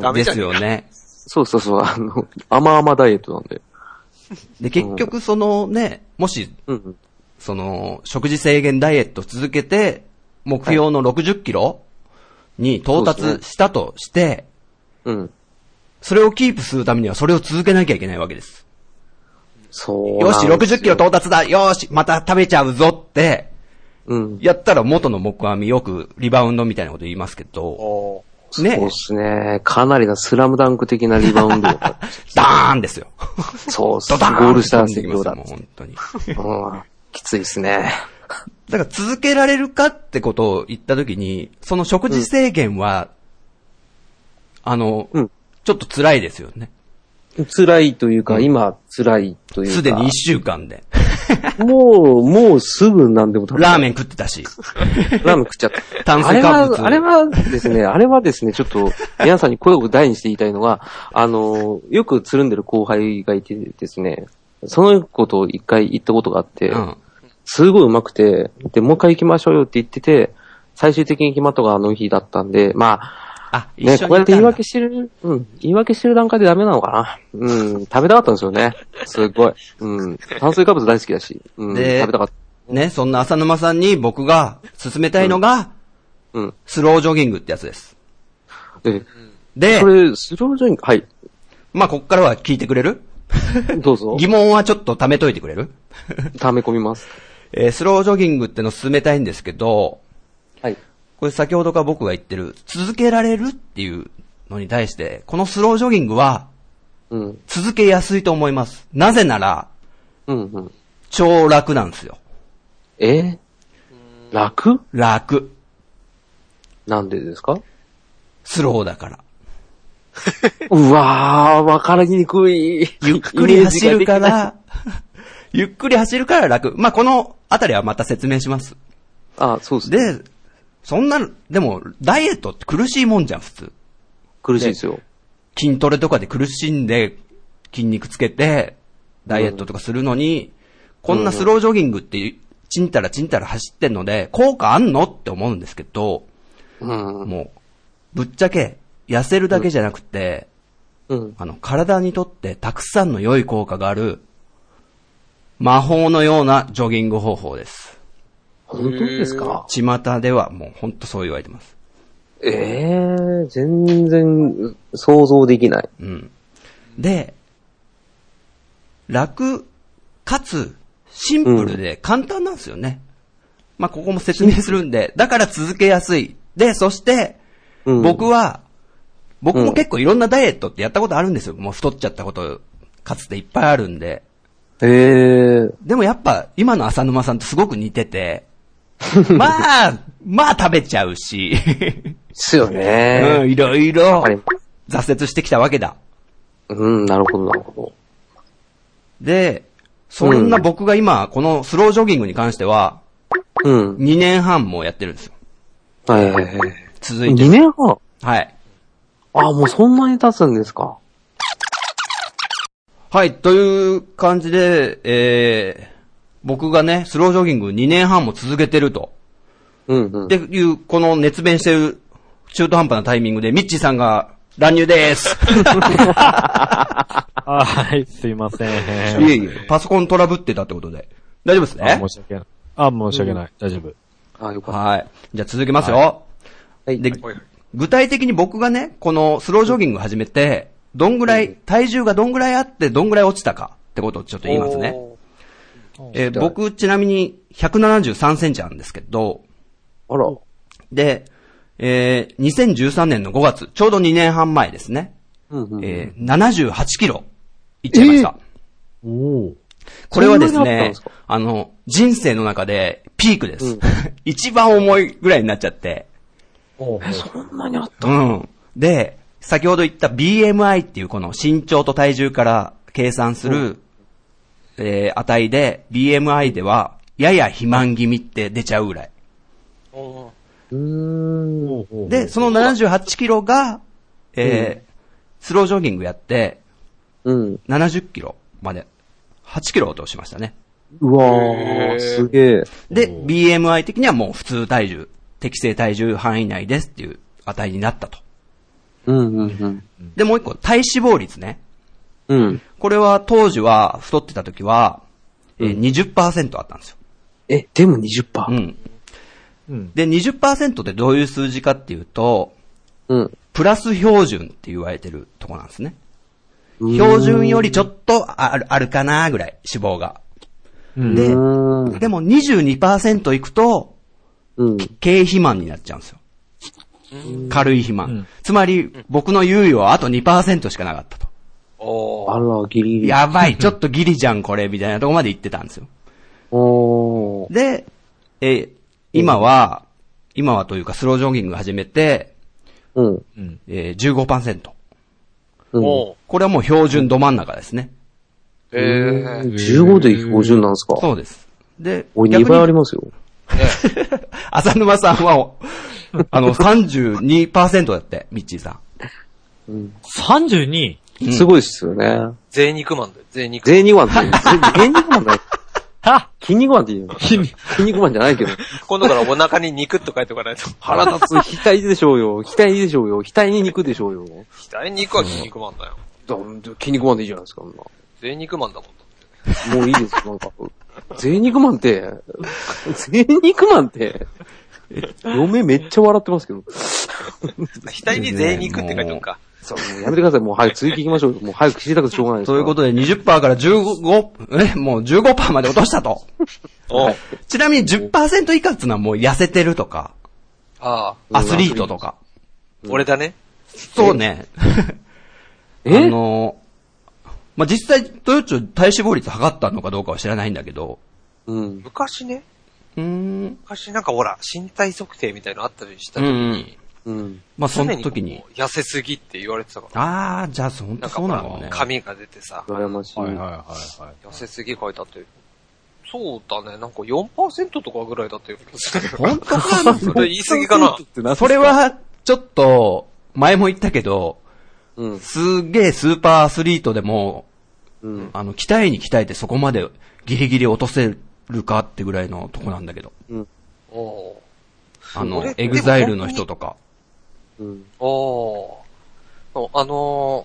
Speaker 3: ダメ
Speaker 2: で
Speaker 3: じゃ
Speaker 2: す
Speaker 3: ん。
Speaker 2: よね。
Speaker 1: そうそうそう、あの、甘々ダイエットなんで。
Speaker 2: で、結局そのね、もし、
Speaker 1: うんうん。
Speaker 2: その、食事制限ダイエット続けて、目標の60キロに到
Speaker 1: そうで
Speaker 2: 達したとして、
Speaker 1: うん。
Speaker 2: それをキープするためにはそれを続けなきゃいけないわけです。
Speaker 1: そうな
Speaker 2: よ
Speaker 1: ん
Speaker 2: し、
Speaker 1: です
Speaker 2: 60キロ到達だよーし、また食べちゃうぞって、
Speaker 1: うん。
Speaker 2: やったら元の目阿弥よくリバウンドみたいなこと言いますけど、
Speaker 3: おー
Speaker 2: ね
Speaker 1: そうっ、すね。かなりなスラムダンク的なリバ ウンド。
Speaker 2: ダーンですよ。
Speaker 1: そうっす。
Speaker 2: ド
Speaker 1: ゴ
Speaker 2: ダーン
Speaker 1: ールした
Speaker 2: って
Speaker 1: 戦
Speaker 2: 飛んできま
Speaker 1: 況
Speaker 2: す
Speaker 1: だ
Speaker 2: よもう本当に。
Speaker 1: うん。きついっすね。
Speaker 2: だから続けられるかってことを言ったときに、その食事制限は、あの、
Speaker 1: うん
Speaker 2: ちょっと辛いですよね。
Speaker 1: 辛いというか、今辛いというか。
Speaker 2: すでに1週間で。
Speaker 1: もう、もうすぐなんでも食べ
Speaker 2: ラーメ
Speaker 1: ン。
Speaker 2: ン食ってたし、
Speaker 1: ラーメン食っちゃった。
Speaker 2: 炭
Speaker 1: あ
Speaker 2: 水
Speaker 1: れ
Speaker 2: 化物。
Speaker 1: は、あれはですね、あれはですね、ちょっと、皆さんに声を大にして言いたいのが、あの、よくつるんでる後輩がいてですね、その子と一回行ったことがあって、
Speaker 2: うん。
Speaker 1: すごいうまくて、で、もう一回行きましょうよって言ってて、最終的に決まったのがあの日だったんで、まあ、
Speaker 2: あ、一緒に
Speaker 1: ね、
Speaker 2: いたんだ
Speaker 1: こうやって言い訳してる、うん、言い訳してる段階でダメなのかな。うん、食べたかったんですよ ね。すごい。うん、炭水化物大好きだし、うん、食
Speaker 2: で
Speaker 1: べたかった。
Speaker 2: ね、そんな浅沼さんに僕が勧めたいのが、
Speaker 1: うん。
Speaker 2: スロージョギングってやつです。
Speaker 1: で、
Speaker 2: で
Speaker 1: こ、れ、スロージョイン、はい、
Speaker 2: まあ、こっからは聞いてくれる
Speaker 1: どうぞ
Speaker 2: 疑。問はちょっと溜めといてくれる
Speaker 1: 溜め込みます。
Speaker 2: えースロージョギングっての勧めたいんですけど、
Speaker 1: はい。
Speaker 2: これ先ほどから僕が言ってる、続けられるっていうのに対して、このスロージョギングは
Speaker 1: うん。
Speaker 2: 続けやすいと思います。なぜなら、
Speaker 1: うんうん。
Speaker 2: 超楽なんですよ。
Speaker 1: え楽
Speaker 2: 楽。
Speaker 1: なんでです か
Speaker 2: スローだから。
Speaker 1: うわー、わかりにくい。
Speaker 2: ゆっくり走るから、 ゆっくり走るから楽。まあ、このあたりはまた説明します。
Speaker 1: あ、そうですね。
Speaker 2: で、そんなの、でも、ダイエットって苦しいもんじゃん、普通。
Speaker 1: 苦しいですよ。
Speaker 2: 筋トレとかで苦しんで筋肉つけて、ダイエットとかするのに、こんなスロージョギングって、ちんたらちんたら走ってんので、効果あんのって思うんですけど、
Speaker 1: うん。
Speaker 2: もう、ぶっちゃけ、痩せるだけじゃなくて、
Speaker 1: うん。
Speaker 2: あの、体にとってたくさんの良い効果がある、魔法のようなジョギング方法です。
Speaker 1: 本当ですか
Speaker 2: 巷ではもうほんとそう言われてます。
Speaker 1: ええー、全然想像できない。
Speaker 2: うん。で、楽、かつ、シンプルで簡単なんですよね。まあ、ここも説明するんで、だから続けやすい。で、そして、
Speaker 1: うん
Speaker 2: 僕は、僕も結構いろんなダイエットってやったことあるんですよ。もう太っちゃったこと、かつていっぱいあるんで。
Speaker 1: ええー、
Speaker 2: でもやっぱ、今の浅沼さんとすごく似てて、まあ、まあ食べちゃうし、
Speaker 1: ですよ
Speaker 2: う
Speaker 1: ね
Speaker 2: ん、いろいろ
Speaker 1: わかりま、
Speaker 2: 挫折してきたわけだ。
Speaker 1: うん、なるほど、なるほ
Speaker 2: で、そんな僕が今、このスロージョギングに関しては、
Speaker 1: ど。うん。
Speaker 2: 2年半もやってるんですよ。
Speaker 1: はいはいはい。
Speaker 2: 続いて。
Speaker 1: 2年半
Speaker 2: はい。
Speaker 1: あ、もうそんなに経つんですか
Speaker 2: はい、という感じで、えー、僕がね、スロージョギング2年半も続けてると。
Speaker 1: うんうん
Speaker 2: って。いう、この熱弁してる中途半端なタイミングで、ミッチーさんが乱入です。
Speaker 4: はい、すいません。
Speaker 2: いえいえ、パソコントラブってたってことで。大丈夫です
Speaker 4: あ
Speaker 2: ね
Speaker 4: 申し訳ない。あ、申し訳ない。大丈夫。
Speaker 1: あ、よかっ
Speaker 2: はい。じゃあ続けますよ。
Speaker 1: はい
Speaker 2: で
Speaker 3: はいはい、
Speaker 2: 具体的に僕がね、このスロージョギング始めて、どんぐらい、体重がどんぐらいあって、どんぐらい落ちたかってことをちょっと
Speaker 3: と
Speaker 2: 言いますね。。えー僕、ちなみに173センチなんですけど、
Speaker 1: た。あら。
Speaker 2: で、えー2013年の5月、ちょうど2年半前ですね。
Speaker 1: うんうん。
Speaker 2: えー78キロ、いっちゃいました。これはです
Speaker 1: そんなにあったん
Speaker 2: ね
Speaker 1: ですか、
Speaker 2: あの、人生の中でピークです。 一番重いぐらいになっちゃって。
Speaker 1: そんなにあっ
Speaker 2: うん。で、先ほど言った BMI っていうこの身長と体重から計算する、えー値で、BMI では、やや肥満気味って出ちゃうぐらい。
Speaker 3: お
Speaker 1: う
Speaker 3: ー
Speaker 1: ーん。
Speaker 2: で、その78キロが、えースロージョギングやって、
Speaker 1: うん。
Speaker 2: 70キロまで、8キロ落としましたね。
Speaker 1: うわー、すげえ。
Speaker 2: で、BMI 的にはもう普通体重、適正体重範囲内ですっていう値になったと。
Speaker 1: うんうんうん。
Speaker 2: で、もう一個、体脂肪率ね。
Speaker 1: うん。
Speaker 2: これは当時は、太ってた時は、えー20%あったんですよ。
Speaker 1: え、でも20%。
Speaker 2: うん。
Speaker 4: うん。
Speaker 2: で、20%ってどういう数字かっていうと、
Speaker 1: うん。
Speaker 2: プラス標準って言われてるとこなんですね。標準よりちょっとあるあるかなぐらい、脂肪が。
Speaker 4: うん
Speaker 2: で
Speaker 1: う、ーん。
Speaker 2: でも22%いくと、
Speaker 1: うん。
Speaker 2: 軽肥満になっちゃうんですよ。軽い肥満。
Speaker 4: ん
Speaker 2: つまり、僕の猶予はあと2%しかなかったと。
Speaker 3: おー
Speaker 1: あら、ギリギリ。
Speaker 2: やばい、ちょっとギリじゃん、これ、みたいなとこまで行ってたんですよ。
Speaker 1: おー。
Speaker 2: で、えー今は、今はというかスロージョギング始めて、
Speaker 1: うん。
Speaker 4: うん。
Speaker 2: えー15%。
Speaker 1: うん。
Speaker 3: おー
Speaker 2: これはもう標準ど真ん中ですね。
Speaker 3: ええ
Speaker 1: 15で50なんですか
Speaker 2: そうです。で、
Speaker 1: おい、
Speaker 2: 逆
Speaker 1: 2
Speaker 2: に
Speaker 1: 倍ありますよ。
Speaker 2: 浅沼さんは、 あの、32%だって、ミッチーさん。
Speaker 5: 32?
Speaker 2: うん
Speaker 1: すごいっすよね。
Speaker 3: 贅肉マンだよ、贅肉マン。
Speaker 1: 贅肉マンって言う。贅肉マン だよ。
Speaker 5: は
Speaker 1: 筋肉マンって言うの筋肉マンじゃないけど。
Speaker 3: 今度からお腹に肉って書いておかないと。
Speaker 1: 腹立つ、額でしょうよ。額でしょうよ。額に肉でしょうよ。
Speaker 3: 額に肉は筋肉マンだよ。
Speaker 1: だ筋肉マンでいいじゃないですか、そんな
Speaker 3: 贅肉マンだもん。
Speaker 1: もういいですよ、なんか。贅肉マンって、贅肉マンって、嫁めっちゃ笑ってますけど。
Speaker 3: 額に贅肉って書いておくか。
Speaker 1: そう、もうやめてください。もう早く続き行きましょうよ。もう早く知りたくてしょうがないです
Speaker 2: ということで20%から15、え、もう15%まで落としたと。
Speaker 3: おう
Speaker 2: ちなみに10%以下っていうのはもう痩せてるとか、
Speaker 3: ああ、
Speaker 2: アスリートとか。
Speaker 3: 俺だね。
Speaker 2: そう ね。あ
Speaker 1: え
Speaker 2: の、まあ、実際、トヨッチョ体脂肪率測ったのかどうかは知らないんだけど、
Speaker 1: うん。
Speaker 3: 昔ね、
Speaker 2: うーん、
Speaker 3: 昔なんかほら、身体測定みたいのあったりした
Speaker 2: う
Speaker 3: 時
Speaker 2: ん
Speaker 3: に、。
Speaker 1: うん。
Speaker 2: まあ、そ
Speaker 3: 常
Speaker 2: の
Speaker 3: にこう
Speaker 2: 時に。
Speaker 3: 痩せすぎって言われてたから。
Speaker 2: あー、じゃあ、そん
Speaker 3: なんか
Speaker 2: そう
Speaker 3: ほ
Speaker 2: な
Speaker 3: ら
Speaker 2: のかね、。
Speaker 3: 髪が出てさ、
Speaker 1: 羨ましい。
Speaker 4: はいはいはいはい。
Speaker 3: 痩せすぎ書いてあって。そうだね、なんか4%とかぐらいだったような気がする。
Speaker 2: 本当か
Speaker 3: それ言い過ぎかな。
Speaker 2: それは、ちょっと、前も言ったけど、
Speaker 1: うん。
Speaker 2: すげえスーパーアスリートでも、
Speaker 1: うん。
Speaker 2: あの、鍛えに鍛えてそこまでギリギリ落とせるかってぐらいのとこなんだけど。
Speaker 3: おう
Speaker 2: あの
Speaker 3: 俺、で
Speaker 2: エ
Speaker 3: も
Speaker 2: グザイルの人とか。
Speaker 1: うん。
Speaker 3: おーあのー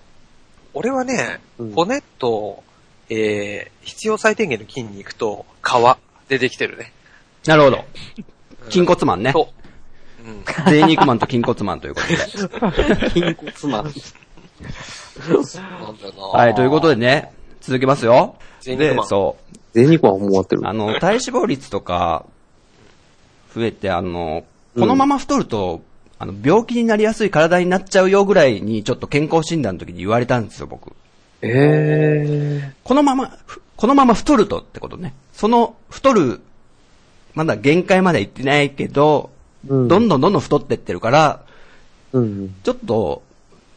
Speaker 3: 俺はね、
Speaker 1: うん
Speaker 3: 骨と、えー、必要最低限の筋肉と皮でできてるね。
Speaker 2: なるほど。筋骨マン ね。
Speaker 3: と、うん、
Speaker 2: 贅肉マンと筋骨マンということで。
Speaker 1: 筋骨マン。
Speaker 3: なんだよな。
Speaker 2: はい、ということでね、続きますよ。
Speaker 3: 贅肉
Speaker 2: で
Speaker 3: マン、
Speaker 2: そ
Speaker 1: 贅肉マンはもう終わってる
Speaker 2: う。。あの、体脂肪率とか、増えて、あの、このまま太ると、あの、病気になりやすい体になっちゃうよぐらいに、ちょっと健康診断の時に言われたんですよ、僕。
Speaker 1: え
Speaker 2: このまま、ふこのまま太るとってことね。その太る、まだ限界まで行ってないけど、
Speaker 1: うん
Speaker 2: どんどんどんどん太ってってるから、
Speaker 1: ー。うん。
Speaker 2: ちょっと、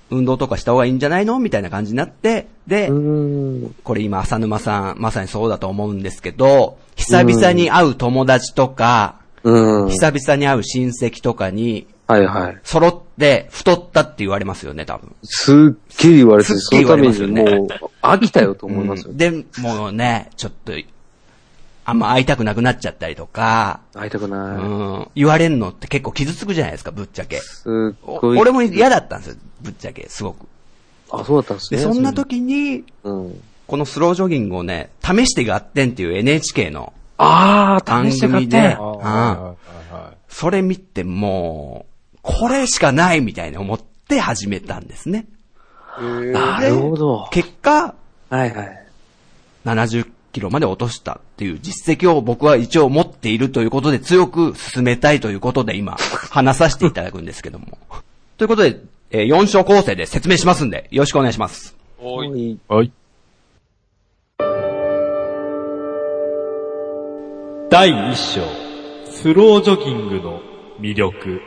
Speaker 2: 運動とかした方がいいんじゃないのみたいな感じになって、で、
Speaker 1: うん。
Speaker 2: これ今浅沼さん、まさにそうだと思うんですけど、久々に会う友達とか、
Speaker 1: うん。
Speaker 2: 久々に会う親戚とかに、
Speaker 1: はいはい。
Speaker 2: 揃って太ったって言われますよね、多分。
Speaker 1: すっげえ言われて、
Speaker 2: す
Speaker 1: そ
Speaker 2: っげえ
Speaker 1: の
Speaker 2: 言わ
Speaker 1: た
Speaker 2: れ
Speaker 1: め
Speaker 2: ますよ
Speaker 1: に
Speaker 2: ね
Speaker 1: もう飽きたよと思います
Speaker 2: う
Speaker 1: よ
Speaker 2: ん。で、もうね、ちょっと、あんま会いたくなくなっちゃったりとか、
Speaker 1: 会いたくない。
Speaker 2: うん言われんのって結構傷つくじゃないですか、ぶっちゃけ。
Speaker 1: すっ
Speaker 2: お
Speaker 1: ごい。
Speaker 2: 俺も嫌だったんですよ、ぶっちゃけ、すごく。
Speaker 1: あ、そうだったんです
Speaker 2: で、
Speaker 1: ね。
Speaker 2: そんな時に、
Speaker 1: うん。
Speaker 2: このスロージョギングをね、試してがってんっていう NHK の
Speaker 1: あー、
Speaker 2: 番
Speaker 1: 試して買っ
Speaker 2: 組
Speaker 1: て
Speaker 2: で、
Speaker 4: あー
Speaker 2: うん
Speaker 4: はいはいはい
Speaker 2: それ見てもう、これしかないみたいに思って始めたんですね。
Speaker 1: なるほど。
Speaker 2: 結果、
Speaker 1: はいはい。
Speaker 2: 70キロまで落としたっていう実績を僕は一応持っているということで強く進めたいということで今話させていただくんですけども。 ということで、え4章構成で説明しますんで、よろしくお願いします。
Speaker 3: おい、
Speaker 1: い
Speaker 4: はい。第1章、スロージョギングの魅力。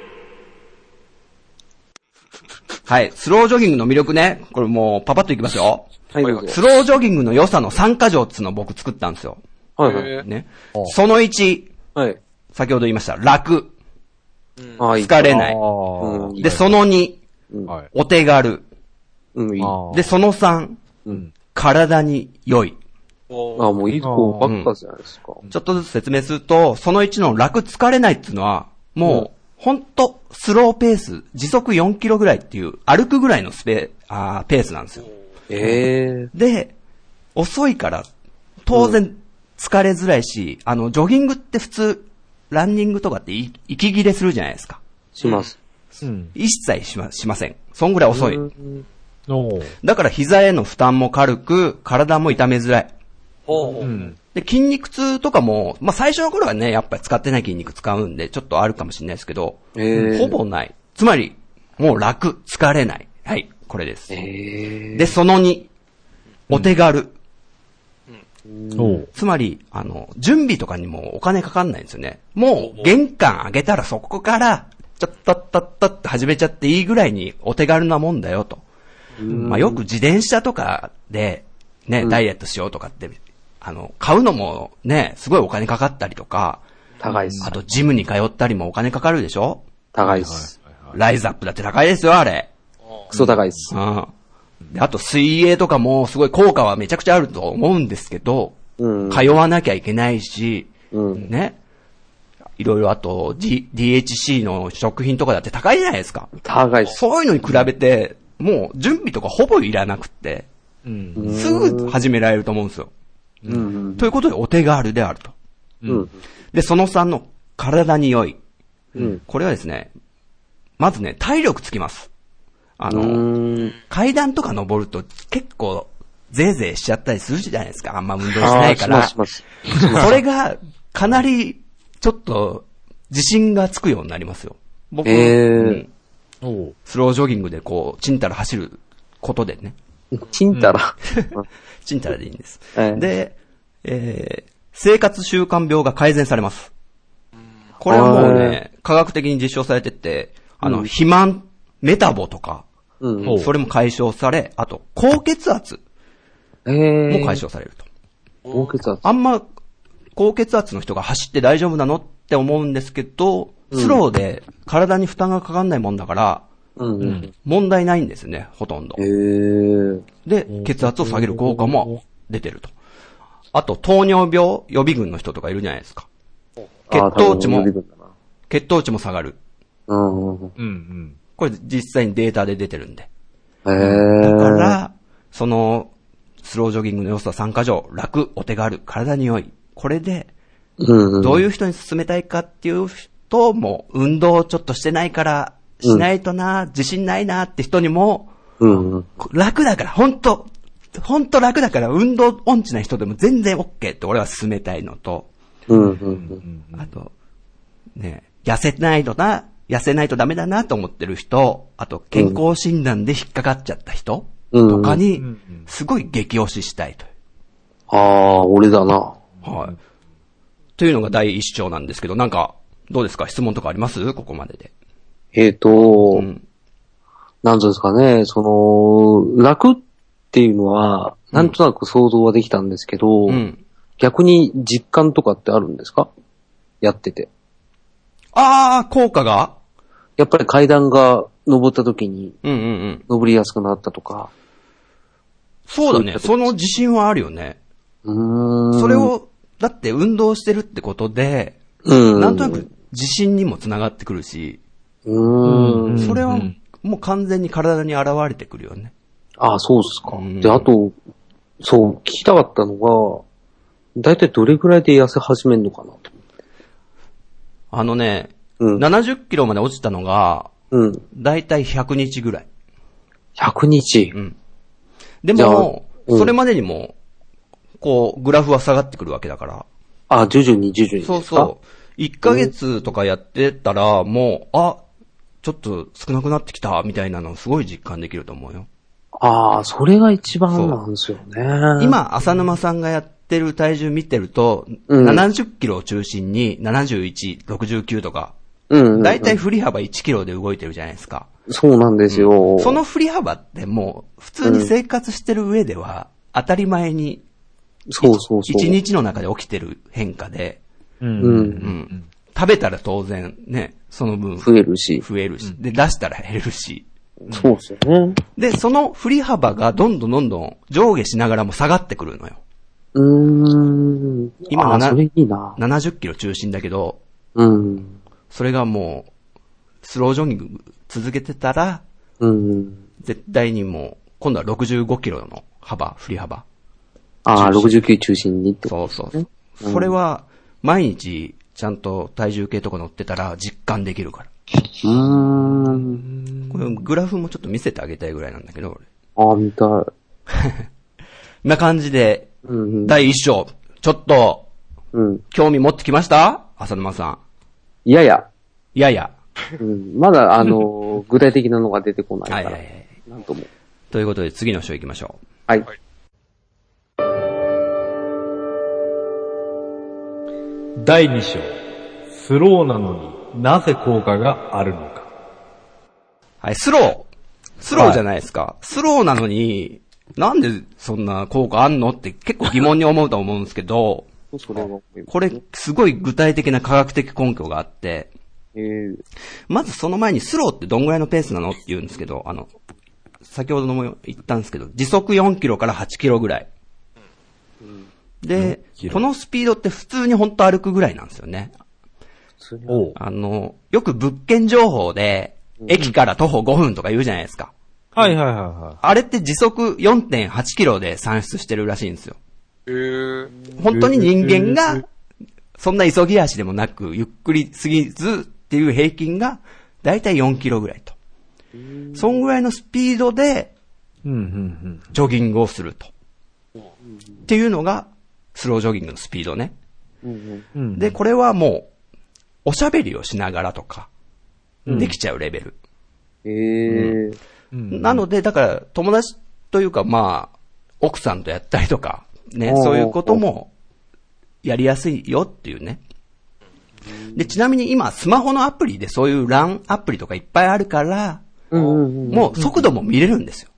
Speaker 2: はい、スロージョギングの魅力ね、これもうパパッといきますよ。
Speaker 1: はい、どうぞ
Speaker 2: スロージョギングの良さの3箇条っつうのを僕作ったんですよ。
Speaker 1: はいはい。
Speaker 3: え
Speaker 2: ね。その1、
Speaker 1: はい。
Speaker 2: 先ほど言いました、楽。
Speaker 1: はい。
Speaker 2: 疲れない。
Speaker 1: うん
Speaker 4: は
Speaker 2: で、その2、
Speaker 4: い。
Speaker 2: お手軽。
Speaker 1: うん、いい。あ、
Speaker 2: で、その3、
Speaker 1: うん
Speaker 2: 体に良い。
Speaker 3: お
Speaker 1: もういいとこばっかじゃないですか。
Speaker 2: ちょっとずつ説明すると、その1の楽疲れないっていうのは、もう、ほんと、スローペース、時速4キロぐらいっていう、歩くぐらいのスペ、あーペースなんですよ。
Speaker 1: ええ。
Speaker 2: で、遅いから、当然、疲れづらいし、あの、ジョギングって普通、ランニングとかってい息切れするじゃないですか。
Speaker 1: します。
Speaker 4: うん。
Speaker 2: 一切しま、しません。そんぐらい遅い。
Speaker 4: おー
Speaker 2: だから膝への負担も軽く、体も痛めづらい。
Speaker 3: お
Speaker 4: う。
Speaker 3: うん
Speaker 2: で、筋肉痛とかも、まあ、最初の頃はね、やっぱり使ってない筋肉使うんで、ちょっとあるかもしれないですけど、
Speaker 1: ええ。
Speaker 2: ほぼない。つまり、もう楽、疲れない。はい、これです。
Speaker 1: ええ。
Speaker 2: で、その2、お手軽。
Speaker 4: おー
Speaker 2: つまり、あの、準備とかにもお金かかんないんですよね。もう、玄関開けたらそこから、ちょっとっとっとって始めちゃっていいぐらいにお手軽なもんだよと。まあ、よく自転車とかで、ね、
Speaker 1: うん
Speaker 2: ダイエットしようとかって、あの、買うのもね、すごいお金かかったりとか、
Speaker 1: 高いっす
Speaker 2: あ。とジムに通ったりもお金かかるでしょ
Speaker 1: 高いっす。
Speaker 2: ライズアップだって高いですよ、あれ。
Speaker 1: クソ高いっす
Speaker 2: う。ん。であと水泳とかもすごい効果はめちゃくちゃあると思うんですけど、
Speaker 1: うん。
Speaker 2: 通わなきゃいけないし、
Speaker 1: うん。
Speaker 2: ね。いろいろあと、D、DHC の食品とかだって高いじゃないですか。
Speaker 1: 高いっす。
Speaker 2: そういうのに比べて、もう準備とかほぼいらなくって、
Speaker 4: うん。
Speaker 2: すぐ始められると思うんですよ。
Speaker 1: うん。
Speaker 2: ということでお手軽であると。
Speaker 1: うん。
Speaker 2: で、その3の体に良い。
Speaker 1: うん。
Speaker 2: これはですね、まずね、体力つきます。あ
Speaker 1: う
Speaker 2: の、
Speaker 1: ん。
Speaker 2: 階段とか登ると結構、ぜいぜいしちゃったりするじゃないですか。あんま運動しないか
Speaker 1: あ
Speaker 2: ら。
Speaker 1: ーしますし
Speaker 2: それが、かなり、ちょっと、自信がつくようになりますよ。僕、
Speaker 1: えー
Speaker 2: うん
Speaker 4: おう
Speaker 2: スロージョギングでこう、ちんたら走ることでね。
Speaker 1: ます。チンタラ。
Speaker 2: ちんたらでいいんです。
Speaker 1: ええ
Speaker 2: で、えー生活習慣病が改善されます。これはもうね、科学的に実証されてて、あの、
Speaker 1: うん
Speaker 2: 肥満、メタボとか、
Speaker 1: うん。
Speaker 4: ほう
Speaker 2: それも解消され、あと、高血圧
Speaker 1: えー
Speaker 2: も解。消されると。
Speaker 1: 高血圧。
Speaker 2: あんま、高血圧の人が走って大丈夫なのって思うんですけど、スローで体に負担がかかんないもんだから、
Speaker 1: うん。
Speaker 2: 問題ないんですね、ほとんど
Speaker 1: え。ー。
Speaker 2: で、血圧を下げる効果も出てると。あと、糖尿病予備軍の人とかいるじゃないですか。血
Speaker 1: あー
Speaker 2: 糖値
Speaker 1: 多分伸
Speaker 2: も
Speaker 1: び、るんだな
Speaker 2: 血糖値も下がる。
Speaker 1: うん。
Speaker 4: うん
Speaker 2: これ実際にデータで出てるんで。
Speaker 1: え
Speaker 2: だ
Speaker 1: ー。
Speaker 2: から、その、スロージョギングの良さ3箇条、楽、お手軽、体に良い。これで、
Speaker 1: うん。
Speaker 2: どういう人に勧めたいかっていう人も、運動をちょっとしてないから、しないとな、自信ないなって人にも、
Speaker 1: うん。
Speaker 2: 楽だから、ほんと、ほんと楽だから、運動音痴な人でも全然 OK って俺は勧めたいのと、
Speaker 1: うん。うん。
Speaker 2: あと、ね、痩せないとな、痩せないとダメだなと思ってる人、あと健康診断で引っかかっちゃった人
Speaker 1: うん
Speaker 2: とかに
Speaker 4: ん、
Speaker 2: すごい激推ししたいという。
Speaker 1: ああ、俺だな。
Speaker 2: はい。というのが第一章なんですけど、なんか、どうですか質問とかありますここまでで。
Speaker 1: えっと
Speaker 2: う、ん。
Speaker 1: なんつうんですかね、その、楽っていうのは、なんとなく想像はできたんですけど、
Speaker 2: うん。
Speaker 1: 逆に実感とかってあるんですかやってて。
Speaker 2: あー、効果が
Speaker 1: やっぱり階段が登った時に
Speaker 2: うんうんうん。
Speaker 1: 登りやすくなったとか。
Speaker 2: そうだね。その自信はあるよね。
Speaker 1: うーん。
Speaker 2: それ、を、だって運動してるってことで、
Speaker 1: うん。
Speaker 2: なんとなく自信にもつながってくるし、
Speaker 1: うーん。
Speaker 2: それは
Speaker 4: うん
Speaker 2: もう完全に体に現れてくるよね。
Speaker 1: ああ、そうですか
Speaker 2: うん。
Speaker 1: で、あと、そう、聞きたかったのが、だいたいどれくらいで痩せ始めるのかなと。
Speaker 2: あのね、
Speaker 1: うん。
Speaker 2: 70キロまで落ちたのが、
Speaker 1: うん。
Speaker 2: だいたい100日ぐらい。
Speaker 1: 100日。
Speaker 2: うん。で
Speaker 1: じゃあ
Speaker 2: も、
Speaker 1: うん
Speaker 2: それまでにも、こう、グラフは下がってくるわけだから。
Speaker 1: あ、徐々に徐々に。
Speaker 2: そうそう。1ヶ月とかやってたら、もう、あ、ちょっと少なくなってきた、みたいなのをすごい実感できると思うよ。
Speaker 1: ああ、それが一番なんですよね。、
Speaker 2: 今、浅沼さんがやってる体重見てると、
Speaker 1: うん
Speaker 2: 70キロを中心に71、69とか、
Speaker 1: うん、
Speaker 2: だいたい振り幅1キロで動いてるじゃないですか。
Speaker 1: そうなんですよ。
Speaker 2: その振り幅ってもう、普通に生活してる上では、当たり前に、
Speaker 1: そうそうそう。
Speaker 2: 1日の中で起きてる変化で、
Speaker 4: うん。
Speaker 1: う。
Speaker 2: うんん。食べたら当然、ね、その分、
Speaker 1: 増えるし。
Speaker 2: 増えるし、で、出したら減るし。
Speaker 1: そうですよね。
Speaker 2: で、その振り幅がどんどんどんどん上下しながらも下がってくるのよ。
Speaker 1: うーん。
Speaker 2: 今
Speaker 1: あー
Speaker 2: な
Speaker 1: それいいな。
Speaker 2: 70キロ中心だけど、
Speaker 1: うん。
Speaker 2: それがもう、スロージョギング続けてたら、
Speaker 1: うん。
Speaker 2: 絶対にもう、今度は65キロの幅、振り幅。
Speaker 1: ああ、69中心にってこ
Speaker 2: そうそうそう。それは、毎日、ちゃんと体重計とか乗ってたら実感できるから。
Speaker 1: と。うーん。
Speaker 2: これグラフもちょっと見せてあげたいぐらいなんだけど、俺
Speaker 1: ああ、見たい。
Speaker 2: な感じで、
Speaker 1: うん。
Speaker 2: 第1章、ちょっと、
Speaker 1: うん。
Speaker 2: 興味持ってきました浅沼さん。
Speaker 1: いやいや。
Speaker 2: いやいや。
Speaker 1: うん。まだ、あの、具体的なのが出てこない
Speaker 2: はい
Speaker 1: か
Speaker 2: はいは
Speaker 1: ら。
Speaker 2: い。
Speaker 1: なんとも。
Speaker 2: ということで、次の章行きましょう。
Speaker 1: はい。
Speaker 4: 第2章、スローなのになぜ効果があるのか。
Speaker 2: はい、スロー。スローじゃないですか。スローなのに、なんでそんな効果あんのって結構疑問に思うと思うんですけど、
Speaker 1: それは思いますね
Speaker 2: これ、すごい具体的な科学的根拠があって、
Speaker 1: えー
Speaker 2: まずその前にスローってどんぐらいのペースなのって言うんですけど、あの、先ほどのも言ったんですけど、時速4キロから8キロぐらい。で
Speaker 4: キ、ロ
Speaker 2: このスピードって普通に本当歩くぐらいなんですよね。
Speaker 1: 普通に
Speaker 4: おう。
Speaker 2: あの、よく物件情報で、駅から徒歩5分とか言うじゃないですか。
Speaker 4: はいはいはいは
Speaker 2: あれって時速4.8キロで算出してるらしいんですよ。
Speaker 3: えー、
Speaker 2: 本当に人間
Speaker 4: えー
Speaker 2: が、そんな急ぎ足でもなく、ゆっくりすぎずっていう平均が、だいたい4キロぐらいと。そんぐらいのスピードで、
Speaker 4: い。うんうんうん。
Speaker 2: ジョギングをすると。っていうのが、スロージョギングのスピードね。
Speaker 4: うん、
Speaker 2: で、これはもう、おしゃべりをしながらとか、
Speaker 4: うん
Speaker 2: できちゃうレベル。
Speaker 1: えー
Speaker 4: うん、
Speaker 2: なので、だから、友達というか、まあ、奥さんとやったりとか、ね
Speaker 1: お、ー
Speaker 2: そういうことも、やりやすいよっていうね。で、ちなみに今、スマホのアプリでそういう LAN アプリとかいっぱいあるから、
Speaker 1: うんうんうん。
Speaker 2: もう速度も見れるんですよ。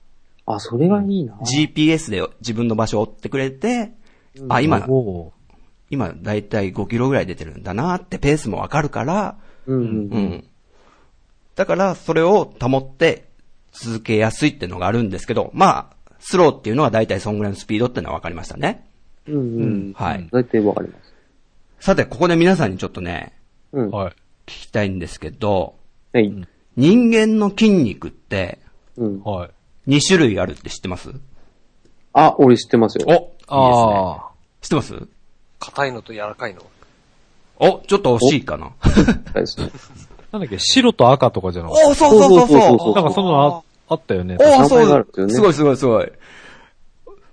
Speaker 1: あ、それがいいな。
Speaker 2: GPS で自分の場所を追ってくれて、あ、今、
Speaker 4: おう
Speaker 2: 今、だいたい5キロぐらい出てるんだなってペースもわかるから、
Speaker 1: うんうん。
Speaker 2: うん。だから、それを保って続けやすいってのがあるんですけど、まあ、スローっていうのは大体そんぐらいのスピードってのは分かりましたね。
Speaker 1: うんうん。
Speaker 2: はい。
Speaker 1: 大体わかります。
Speaker 2: さて、ここで皆さんにちょっとね、
Speaker 1: うん。は
Speaker 4: はい。
Speaker 2: 聞きたいんですけど、
Speaker 1: い。
Speaker 2: 人間の筋肉って
Speaker 1: うん。
Speaker 4: はい。
Speaker 2: 2種類あるって知ってます
Speaker 1: あ、俺知ってますよ。
Speaker 2: おああ。
Speaker 4: あ
Speaker 2: 知ってます
Speaker 3: 硬いのと柔らかいの。
Speaker 2: お、ちょっと惜しいかな。
Speaker 1: ですね。
Speaker 4: あ。なんだっけ、白と赤とかじゃなかっ
Speaker 2: おそうそうそうそ
Speaker 1: そ
Speaker 2: う。
Speaker 1: うそうそうそう
Speaker 4: たなんかそんなのああったよね。
Speaker 2: おお、
Speaker 1: 名前があ
Speaker 2: そ
Speaker 1: るんですよ
Speaker 2: う、
Speaker 1: ね
Speaker 2: すごいすごいすごい。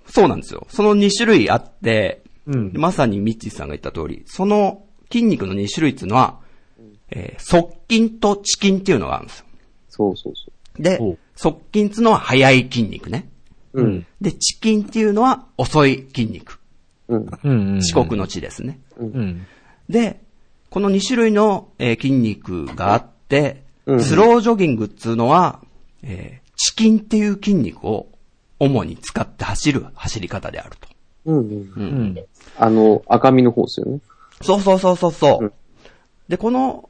Speaker 2: そうなんですよ。その2種類あって、
Speaker 4: うん
Speaker 2: まさにミッチーさんが言った通り、その筋肉の2種類っていうのは、えー側筋と遅筋っていうのがあるんですよ。
Speaker 1: そうそうそ
Speaker 2: で
Speaker 4: おう、
Speaker 2: 側筋っていうのは速い筋肉ね。
Speaker 1: う。うん。
Speaker 2: で、遅筋っていうのは遅い筋肉。
Speaker 1: うん。
Speaker 4: うんうん。
Speaker 2: 遅刻の地ですね。
Speaker 4: うん。
Speaker 2: で、この2種類の、えー筋肉があって、
Speaker 1: うん
Speaker 2: スロージョギングっていうのは、えー、チキンっていう筋肉を主に使って走る走り方であると。
Speaker 1: うんうん。
Speaker 2: うん
Speaker 4: うん。
Speaker 1: あの、赤身の方ですよね。
Speaker 2: そうそうそうそうそう、
Speaker 1: うん
Speaker 2: で、この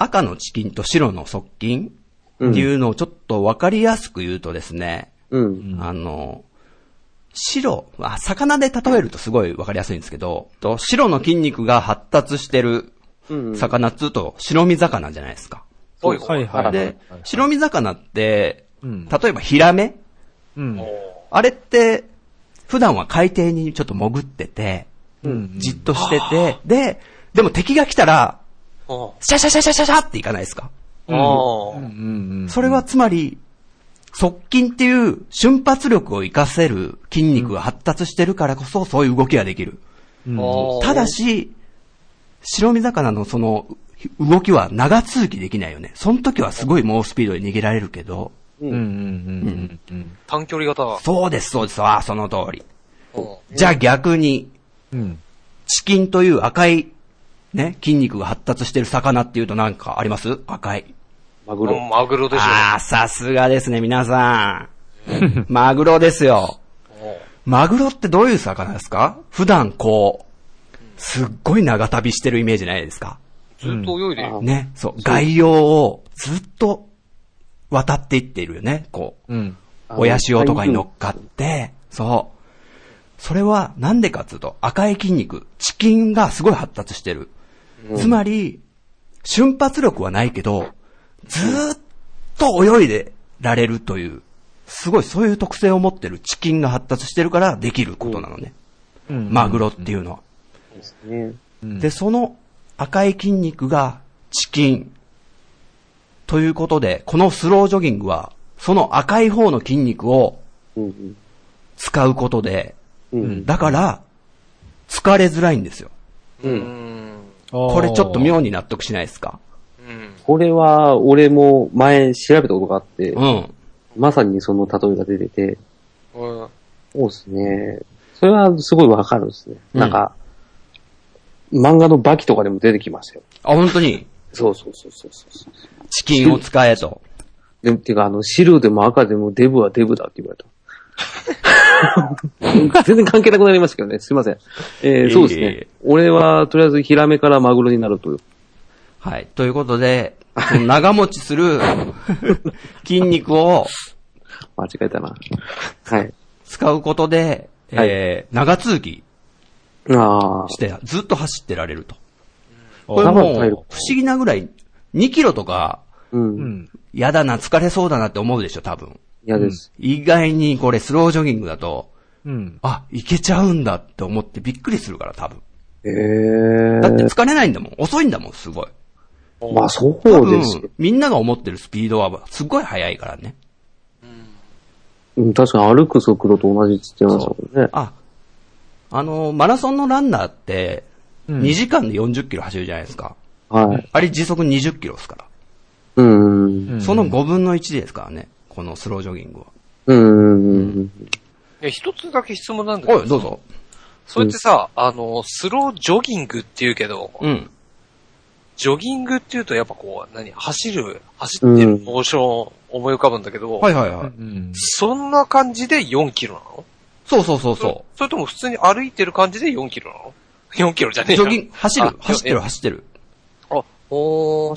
Speaker 2: 赤のチキンと白の側筋っていうのをちょっとわかりやすく言うとですね、
Speaker 1: うん。
Speaker 2: あの、白、あ魚で例えるとすごいわかりやすいんですけど、と白の筋肉が発達してる
Speaker 1: うん。
Speaker 2: 魚っつうと白身魚じゃないですか。
Speaker 3: おい
Speaker 4: はいはい。
Speaker 2: で、白身魚って、
Speaker 4: うん
Speaker 2: 例えばヒラメ
Speaker 4: うん。
Speaker 2: あれって、普段は海底にちょっと潜ってて、
Speaker 4: うん。
Speaker 2: じっとしてて、で、でも敵が来たら、
Speaker 3: お
Speaker 2: シャシャシャシャシャシャっていかないですか。
Speaker 3: ああ
Speaker 4: うんう
Speaker 3: ー。
Speaker 4: んうん。
Speaker 2: それはつまり、側近っていう瞬発力を活かせる筋肉が発達してるからこそそういう動きができる。
Speaker 4: うん、
Speaker 3: あー
Speaker 2: ただ、し、白身魚のその動きは長続きできないよね。その時はすごい猛スピードで逃げられるけど、
Speaker 4: うんうんうんうん
Speaker 3: 短距離型だ。
Speaker 2: そうです、そうです。ああ、その通り。
Speaker 3: うん
Speaker 2: じゃあ逆に、
Speaker 4: うん。うん。
Speaker 2: チキンという赤い、ね、筋肉が発達してる魚っていうとなんかあります赤い。
Speaker 1: マグ
Speaker 3: うん
Speaker 1: ロ。
Speaker 3: マグロでし
Speaker 2: ああ、さすがですね、皆さん。マグロですよ。
Speaker 3: ょ。うん
Speaker 2: マグロってどういう魚ですか普段こう、すっごい長旅してるイメージないですか
Speaker 3: ずっと泳いでる
Speaker 1: う
Speaker 3: よ
Speaker 1: ん。
Speaker 2: ね、そう、外洋をずっと渡っていっているよね、こう。
Speaker 4: うん。
Speaker 2: 親潮とかに乗っかって、そう。それはなんでかっつうと、赤い筋肉、チキンがすごい発達してる。つまり、瞬発力はないけど、ずーっと泳いでられるという、すごいそういう特性を持ってるチキンが発達してるからできることなのね。
Speaker 4: うん
Speaker 2: マグロっていうのは。
Speaker 1: ですね。
Speaker 4: うん
Speaker 2: で、その赤い筋肉がチキン。ということで、このスロージョギングは、その赤い方の筋肉を
Speaker 1: うん
Speaker 2: 使うことで、
Speaker 1: うん。うん。
Speaker 2: だから、疲れづらいんですよ。
Speaker 1: う。
Speaker 3: うんん。
Speaker 2: これちょっと
Speaker 4: う。
Speaker 2: 妙に納得しないですか
Speaker 3: うん。
Speaker 1: これは、俺も前調べたことがあって、
Speaker 2: うん。
Speaker 1: まさにその例えが出てて、
Speaker 3: うん
Speaker 1: そうですね。それはすごいわかるんですね。
Speaker 2: うん
Speaker 1: なんか、漫画のバキとかでも出てきましたよ。
Speaker 2: あ、本当に、
Speaker 1: そうそうそうそうそう。
Speaker 2: チキンを使えと。
Speaker 1: でも、てか、あの、白でも赤でもデブはデブだって言われた。全然関係なくなりましたけどね。すいません。えー、そうです
Speaker 2: いえいえ
Speaker 1: ね。俺は、とりあえず、ヒラメからマグロになるという。
Speaker 2: はい。ということで、その長持ちす る筋肉を
Speaker 1: 間違えたな。はい。
Speaker 2: 使うことで、えー長続き
Speaker 1: ああ。
Speaker 2: して、ずっと走ってられると。
Speaker 4: お
Speaker 2: これ
Speaker 1: 長
Speaker 2: も
Speaker 1: く
Speaker 2: う、不
Speaker 1: 耐える
Speaker 2: 思議なぐらい、2キロとか、
Speaker 1: う。
Speaker 4: うんん。
Speaker 2: やだな、疲れそうだなって思うでしょ、多分。
Speaker 1: 嫌です。
Speaker 2: 意外にこれスロージョギングだと、
Speaker 4: うん。
Speaker 2: あ、いけちゃうんだって思ってびっくりするから、多分。
Speaker 1: へえ
Speaker 2: だって疲れないんだもん。遅いんだもん、すごい。
Speaker 1: まあ、そう
Speaker 2: 多
Speaker 1: で
Speaker 2: 分
Speaker 1: すよ。
Speaker 2: みんなが思ってるスピードは、すごい速いからね。
Speaker 1: うん、確かに歩く速度と同じって言ってましたもんね。
Speaker 2: あ、あの、マラソンのランナーって、
Speaker 4: うん
Speaker 2: 2時間で40キロ走るじゃないですか。
Speaker 1: はい。
Speaker 2: あれ時速20キロですから。
Speaker 1: うん。
Speaker 2: その5分の1ですからね。このスロージョギングは。
Speaker 1: うん。
Speaker 3: え、一つだけ質問なんだけ
Speaker 2: おい、
Speaker 3: ど、
Speaker 2: どうぞ。
Speaker 3: それってさ、あの、スロージョギングって言うけど、
Speaker 2: うん。
Speaker 3: ジョギングって言うとやっぱこう、何、走る、走ってるモーションを思い浮かぶんだけど、
Speaker 2: はいはいはい。
Speaker 4: うん。
Speaker 3: そんな感じで4キロなの
Speaker 2: そうそうそうそ
Speaker 3: それとも普通に歩いてる感じで4キロなの ?4 キロじゃ
Speaker 2: う。
Speaker 3: ねえ
Speaker 2: ジ
Speaker 3: よ
Speaker 2: ョギング、走る
Speaker 3: あ、
Speaker 2: 走ってる、走ってる。
Speaker 3: あ、おー、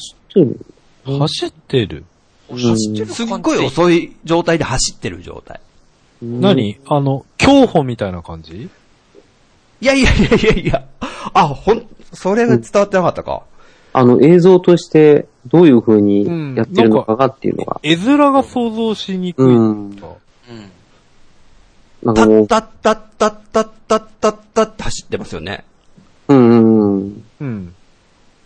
Speaker 4: 走ってる。
Speaker 3: 走ってる感じ
Speaker 2: すっごい
Speaker 3: で
Speaker 2: 遅い状態で走ってる状態。
Speaker 1: 何
Speaker 4: 何あの、競歩みたいな感じ
Speaker 2: いやいやいやいやいや。あ、ほん、それが伝わってなかったか。
Speaker 1: あの、映像として、どういう風にやってるのかがっていうのが。
Speaker 4: 絵面が想像しにくい。
Speaker 1: うん。
Speaker 3: うん。
Speaker 1: なん
Speaker 2: た
Speaker 1: かも
Speaker 2: っ
Speaker 1: う、
Speaker 2: たったったったったったったって走ってますよね。
Speaker 1: うんうん。
Speaker 4: うん。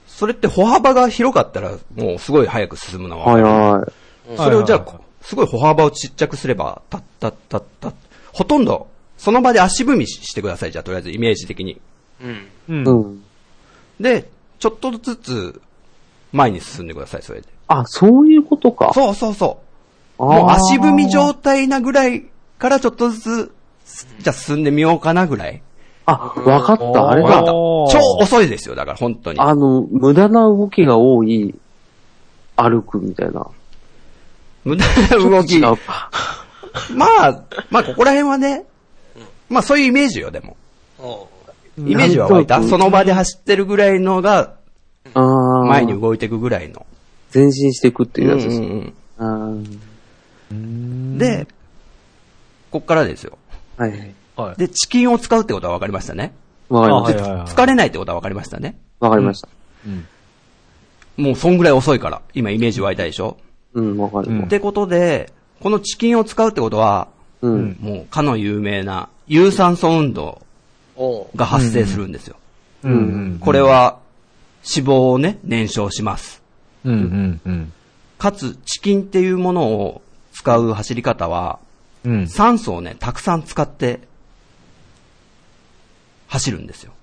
Speaker 2: それって歩幅が広かったら、もうすごい速く進むのは。
Speaker 1: はいはい。
Speaker 2: それをじゃ
Speaker 4: はいはい
Speaker 2: あ、すごい歩幅をちっちゃくすれば、たったったった。ほとんど、その場で足踏みしてください。じゃあ、とりあえずイメージ的に。
Speaker 3: うん。
Speaker 4: うん。
Speaker 1: うん。
Speaker 2: で、ちょっとずつ、前に進んでください、それで。
Speaker 1: あ、そういうことか。
Speaker 2: そうそうそう。
Speaker 1: あー
Speaker 2: もう足踏み状態なぐらいからちょっとずつ、すじゃあ進んでみようかなぐらい。
Speaker 1: あ、わかった。あれ
Speaker 2: わかった。
Speaker 1: だ。
Speaker 4: おー
Speaker 2: 超遅いですよ、だから本当に。
Speaker 1: あの、無駄な動きが多い、歩くみたいな。
Speaker 2: 無駄な動き。
Speaker 1: 違
Speaker 2: ま
Speaker 1: う
Speaker 2: あ、まあここら辺はね、まあそういうイメージよ、でも。
Speaker 4: うん
Speaker 2: イメージは湧い
Speaker 1: な
Speaker 2: た。
Speaker 1: んとなく
Speaker 2: その場で走ってるぐらいのが、
Speaker 1: あー
Speaker 2: 前に動いていくぐらいの。
Speaker 1: 前進していくっていうやつです
Speaker 2: うん
Speaker 1: ね。
Speaker 2: うん
Speaker 1: うん
Speaker 2: うんで、こっからですよ。
Speaker 1: はい。
Speaker 4: はい。
Speaker 2: で、チキンを使うってことは分かりましたね。
Speaker 1: わかりま
Speaker 4: は
Speaker 1: し
Speaker 4: い
Speaker 1: た。
Speaker 4: はいはい
Speaker 2: 疲れないってことは分かりましたね。
Speaker 1: わかりました。
Speaker 4: うん
Speaker 2: もうそんぐらい遅いから。今イメージ湧いたでしょ
Speaker 1: うん、わか
Speaker 4: う
Speaker 1: る
Speaker 4: ん
Speaker 2: っ。てことで、このチキンを使うってことは、
Speaker 1: う。
Speaker 4: うんん
Speaker 2: もうかの有名な有酸素運動
Speaker 3: おう
Speaker 2: が発生するんですよ。
Speaker 4: うんうん。
Speaker 2: これは脂肪をね、燃焼します。
Speaker 4: うんうんうん。
Speaker 2: かつ、チキンっていうものを使う走り方は、
Speaker 4: うん。
Speaker 2: 酸素をね、たくさん使って、走るんですよ。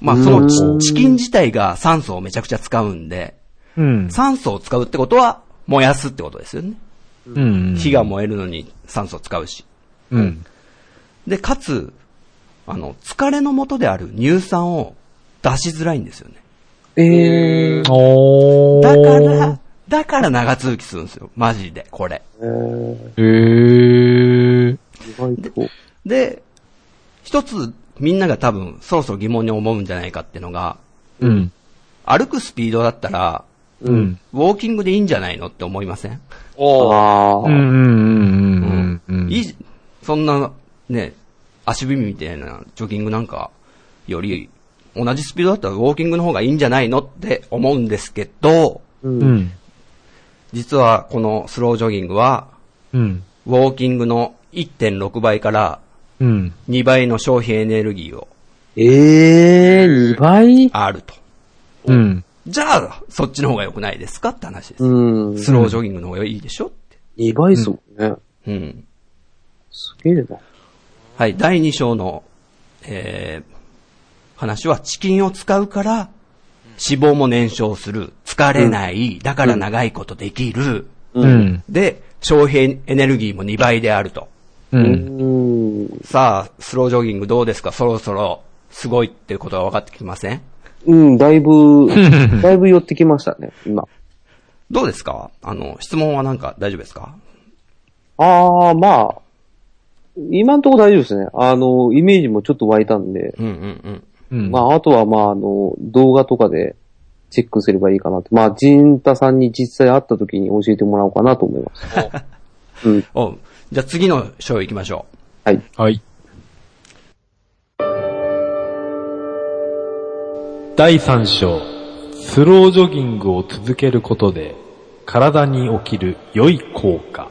Speaker 2: まあ、その
Speaker 1: うーん
Speaker 2: チチキン自体が酸素をめちゃくちゃ使うんで、
Speaker 4: うん。
Speaker 2: 酸素を使うってことは、燃やすってことですよね。
Speaker 4: うん。
Speaker 2: 火が燃えるのに酸素を使うし。
Speaker 4: うん。
Speaker 2: で、かつ、あの、疲れの元である乳酸を出しづらいんですよね。
Speaker 1: えー。
Speaker 4: おー。
Speaker 2: だから、だから長続きするんですよ。マジで、これ。
Speaker 1: えー
Speaker 4: へー。
Speaker 1: 意外と。
Speaker 2: で、一つみんなが多分そろそろ疑問に思うんじゃないかってのが、
Speaker 4: うん。
Speaker 2: 歩くスピードだったら、
Speaker 1: う。
Speaker 4: うんん。
Speaker 2: ウォーキングでいいんじゃないのって思いません、
Speaker 3: おう
Speaker 1: あ
Speaker 4: うんう
Speaker 1: ー。
Speaker 4: んうんうんうんうん。
Speaker 2: いいじ、そんな、ね、足踏みみたいなジョギングなんかより、同じスピードだったらウォーキングの方がいいんじゃないのって思うんですけど、
Speaker 1: う。
Speaker 4: うんん。
Speaker 2: 実はこのスロージョギングは、
Speaker 4: うん。
Speaker 2: ウォーキングの1.6倍から
Speaker 4: うん。
Speaker 2: 2倍の消費エネルギーを
Speaker 1: えー、2倍
Speaker 2: あると。
Speaker 4: うん。
Speaker 2: じゃあ、そっちの方が良くないですかって話です。
Speaker 1: うん。
Speaker 2: スロージョギングの方がいいでしょって。
Speaker 1: 2倍っすもんね。
Speaker 2: うん。
Speaker 1: すげえな。
Speaker 2: はい、第2章の、えー、話は、チキンを使うから、脂肪も燃焼する。疲れない。だから長いことできる。
Speaker 1: う
Speaker 4: う。ん。
Speaker 2: で、消費エネルギーも2倍であると。
Speaker 4: う。
Speaker 1: うんん。
Speaker 2: さあ、スロージョギングどうですかそろそろ、すごいっていうことが分かってきません
Speaker 1: うん、だいぶ、だいぶ寄ってきましたね、今。
Speaker 2: どうですかあの、質問はなんか大丈夫ですか
Speaker 1: ああ、まあ、今んとこ大丈夫ですね。あの、イメージもちょっと湧いたんで、
Speaker 2: うんうん
Speaker 4: うん。
Speaker 1: まあ、あとは、まあ、あの、動画とかでチェックすればいいかなと。まあ、ジンタさんに実際会った時に教えてもらおうかなと思います。うん。
Speaker 2: うん。おじゃあ次の章行きましょう。
Speaker 1: はい。
Speaker 4: はい。第3章、スロージョギングを続けることで、体に起きる良い効果。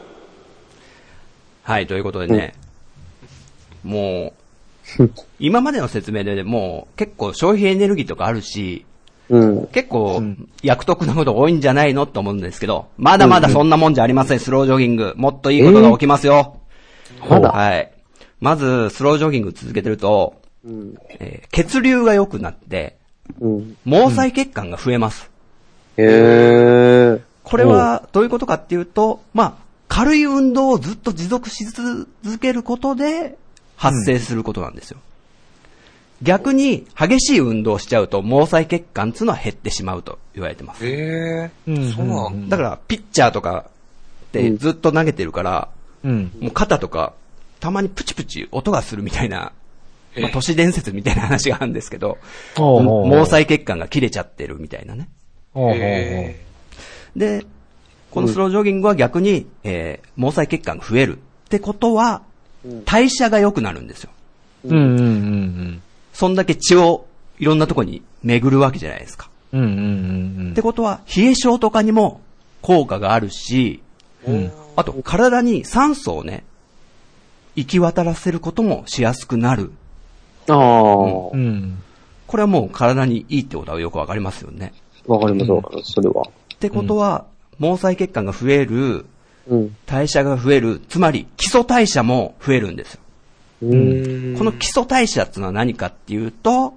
Speaker 2: はい、ということでね、もう、今までの説明でもう結構消費エネルギーとかあるし、
Speaker 1: うん。
Speaker 2: 結構、役得なこと多いんじゃないのと思うんですけど、まだまだそんなもんじゃありません、スロージョギング。もっといいことが起きますよ。
Speaker 1: まだ
Speaker 2: はい。まず、スロージョギング続けてると、
Speaker 1: うん。
Speaker 2: えー血流が良くなって、
Speaker 1: うん。
Speaker 2: 毛細血管が増えます。
Speaker 1: へー。
Speaker 2: これは、どういうことかっていうと、まあ、軽い運動をずっと持続し続けることで、発生することなんですよ。逆に、激しい運動をしちゃうと、毛細血管っていうのは減ってしまうと言われてます。
Speaker 3: ええ
Speaker 4: うん
Speaker 3: そうなんだ。
Speaker 2: だから、ピッチャーとかってずっと投げてるから、
Speaker 4: うん。
Speaker 2: もう肩とか、たまにプチプチ音がするみたいな、まあ、都市伝説みたいな話があるんですけど、
Speaker 4: おうおうおう
Speaker 2: 毛細血管が切れちゃってるみたいなね。
Speaker 4: ほうほうほう
Speaker 3: え
Speaker 2: で、このスロージョギングは逆に、えー毛細血管が増えるってことは、代謝が良くなるんですよ。
Speaker 4: うんうんうん
Speaker 2: そんだけ血をいろんなとこに巡るわけじゃないですか。
Speaker 4: うん。うんうんうん
Speaker 2: っ。てことは、冷え症とかにも効果があるし、
Speaker 4: うん
Speaker 2: あと、体に酸素をね、行き渡らせることもしやすくなる。
Speaker 1: ああ、
Speaker 4: うん。
Speaker 2: これはもう体にいいってことはよくわかりますよね。
Speaker 1: わかりますわかります、それは。
Speaker 2: ってことは、毛細血管が増える、
Speaker 1: うん。
Speaker 2: 代謝が増える、つまり基礎代謝も増えるんですよ。
Speaker 1: うん。
Speaker 2: この基礎代謝っていうのは何かっていうと、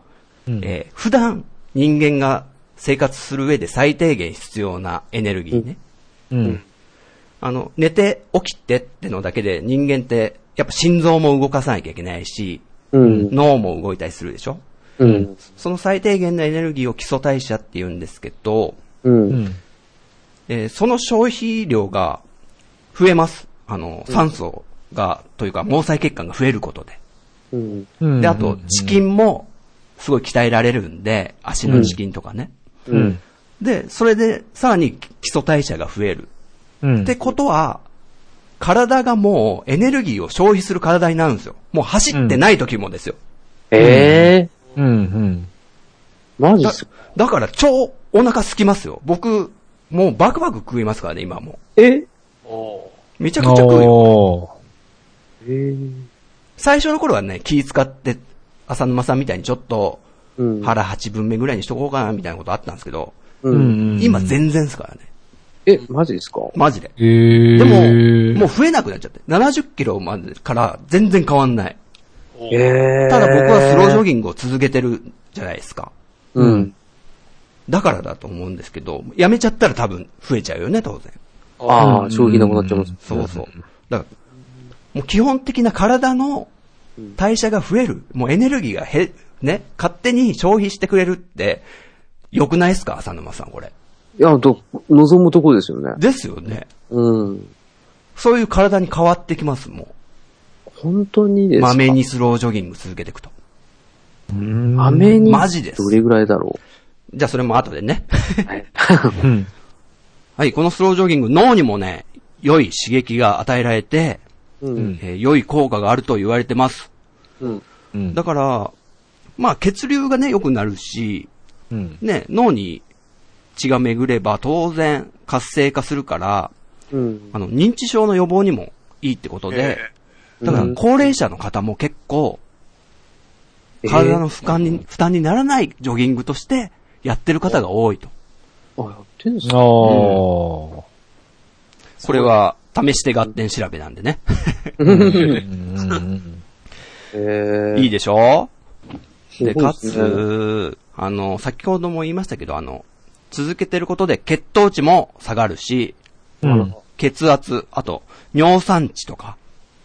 Speaker 4: うん
Speaker 2: えー普段人間が生活する上で最低限必要なエネルギーね。
Speaker 4: うん。
Speaker 2: あの、寝て起きてってのだけで人間ってやっぱ心臓も動かさなきゃいけないし、
Speaker 1: うん。
Speaker 2: 脳も動いたりするでしょ
Speaker 1: うん。
Speaker 2: その最低限のエネルギーを基礎代謝って言うんですけど、
Speaker 1: うん。
Speaker 4: うん。
Speaker 2: えーその消費量が増えます。あの、酸素が、というか毛細血管が増えることで。
Speaker 1: うん。
Speaker 4: うん。
Speaker 2: で、あと、チキンも、すごい鍛えられるんで、足のチキンとかね。
Speaker 4: うん。
Speaker 2: で、それで、さらに基礎代謝が増える。
Speaker 4: うん。
Speaker 2: ってことは、体がもうエネルギーを消費する体になるんですよ。もう走ってない時もですよ。
Speaker 1: ええ
Speaker 4: うんうん。
Speaker 1: マジっ
Speaker 2: だ
Speaker 1: すか
Speaker 2: だから、超お腹空きますよ。僕、もうバクバク食いますからね、今も
Speaker 1: え
Speaker 3: ー、おー
Speaker 2: う。めちゃくちゃ食うよ。
Speaker 4: おー
Speaker 1: えー
Speaker 2: 最初の頃はね、気使って、浅沼さんみたいにちょっと、
Speaker 1: うん。
Speaker 2: 腹八分目ぐらいにしとこうかな、みたいなことあったんですけど、
Speaker 1: う。
Speaker 4: うんん。
Speaker 2: 今全然ですからね。
Speaker 1: え、マジですか
Speaker 2: マジで。
Speaker 4: えー。
Speaker 2: でも、もう増えなくなっちゃって。70キロまでから全然変わんない。
Speaker 1: ええ
Speaker 2: ただ僕はスロージョギングを続けてるじゃないですか。
Speaker 1: うん。
Speaker 2: だからだと思うんですけど、やめちゃったら多分増えちゃうよね、当然。
Speaker 1: ああ、消費なくなっちゃいます。
Speaker 2: そうそう。だから、もう基本的な体の代謝が増える。もうエネルギーが減、ね、勝手に消費してくれるって、良くないですか浅沼さん、これ。
Speaker 1: いや、ど、望むとこですよね。
Speaker 2: ですよね。
Speaker 1: うん。
Speaker 2: そういう体に変わってきます、も
Speaker 1: 本当にで
Speaker 2: う。
Speaker 1: すか
Speaker 2: まめに。スロージョギング続けていくと。
Speaker 4: うん、
Speaker 1: まめに。
Speaker 2: マジです
Speaker 1: どれぐらいだろ
Speaker 2: じゃあそれも後でね。
Speaker 1: う。 はい。
Speaker 4: うん。
Speaker 2: はい、このスロージョギング、脳にもね、良い刺激が与えられて、
Speaker 1: うん。
Speaker 2: えー良い効果があると言われてます。
Speaker 1: うん。
Speaker 4: うん。
Speaker 2: だから、まあ血流がね、良くなるし、
Speaker 4: うん。
Speaker 2: ね、脳に血が巡れば当然活性化するから、
Speaker 1: うん。
Speaker 2: あの、認知症の予防にもいいってことで、だから高齢者の方も結構、
Speaker 1: えー
Speaker 2: 体の負担に、負担にならないジョギングとしてやってる方が多いと。
Speaker 1: あ、やってんす
Speaker 4: あ
Speaker 1: か
Speaker 4: ー。
Speaker 2: これは、試して合点調べなんでね。
Speaker 4: うんうんうん
Speaker 1: え え
Speaker 2: いいでしょ
Speaker 1: すごい
Speaker 2: で、
Speaker 1: っすね
Speaker 2: かつ、あの、先ほども言いましたけど、あの、続けてることで血糖値も下がるし、
Speaker 4: うん。
Speaker 2: 血圧、あと、尿酸値とか、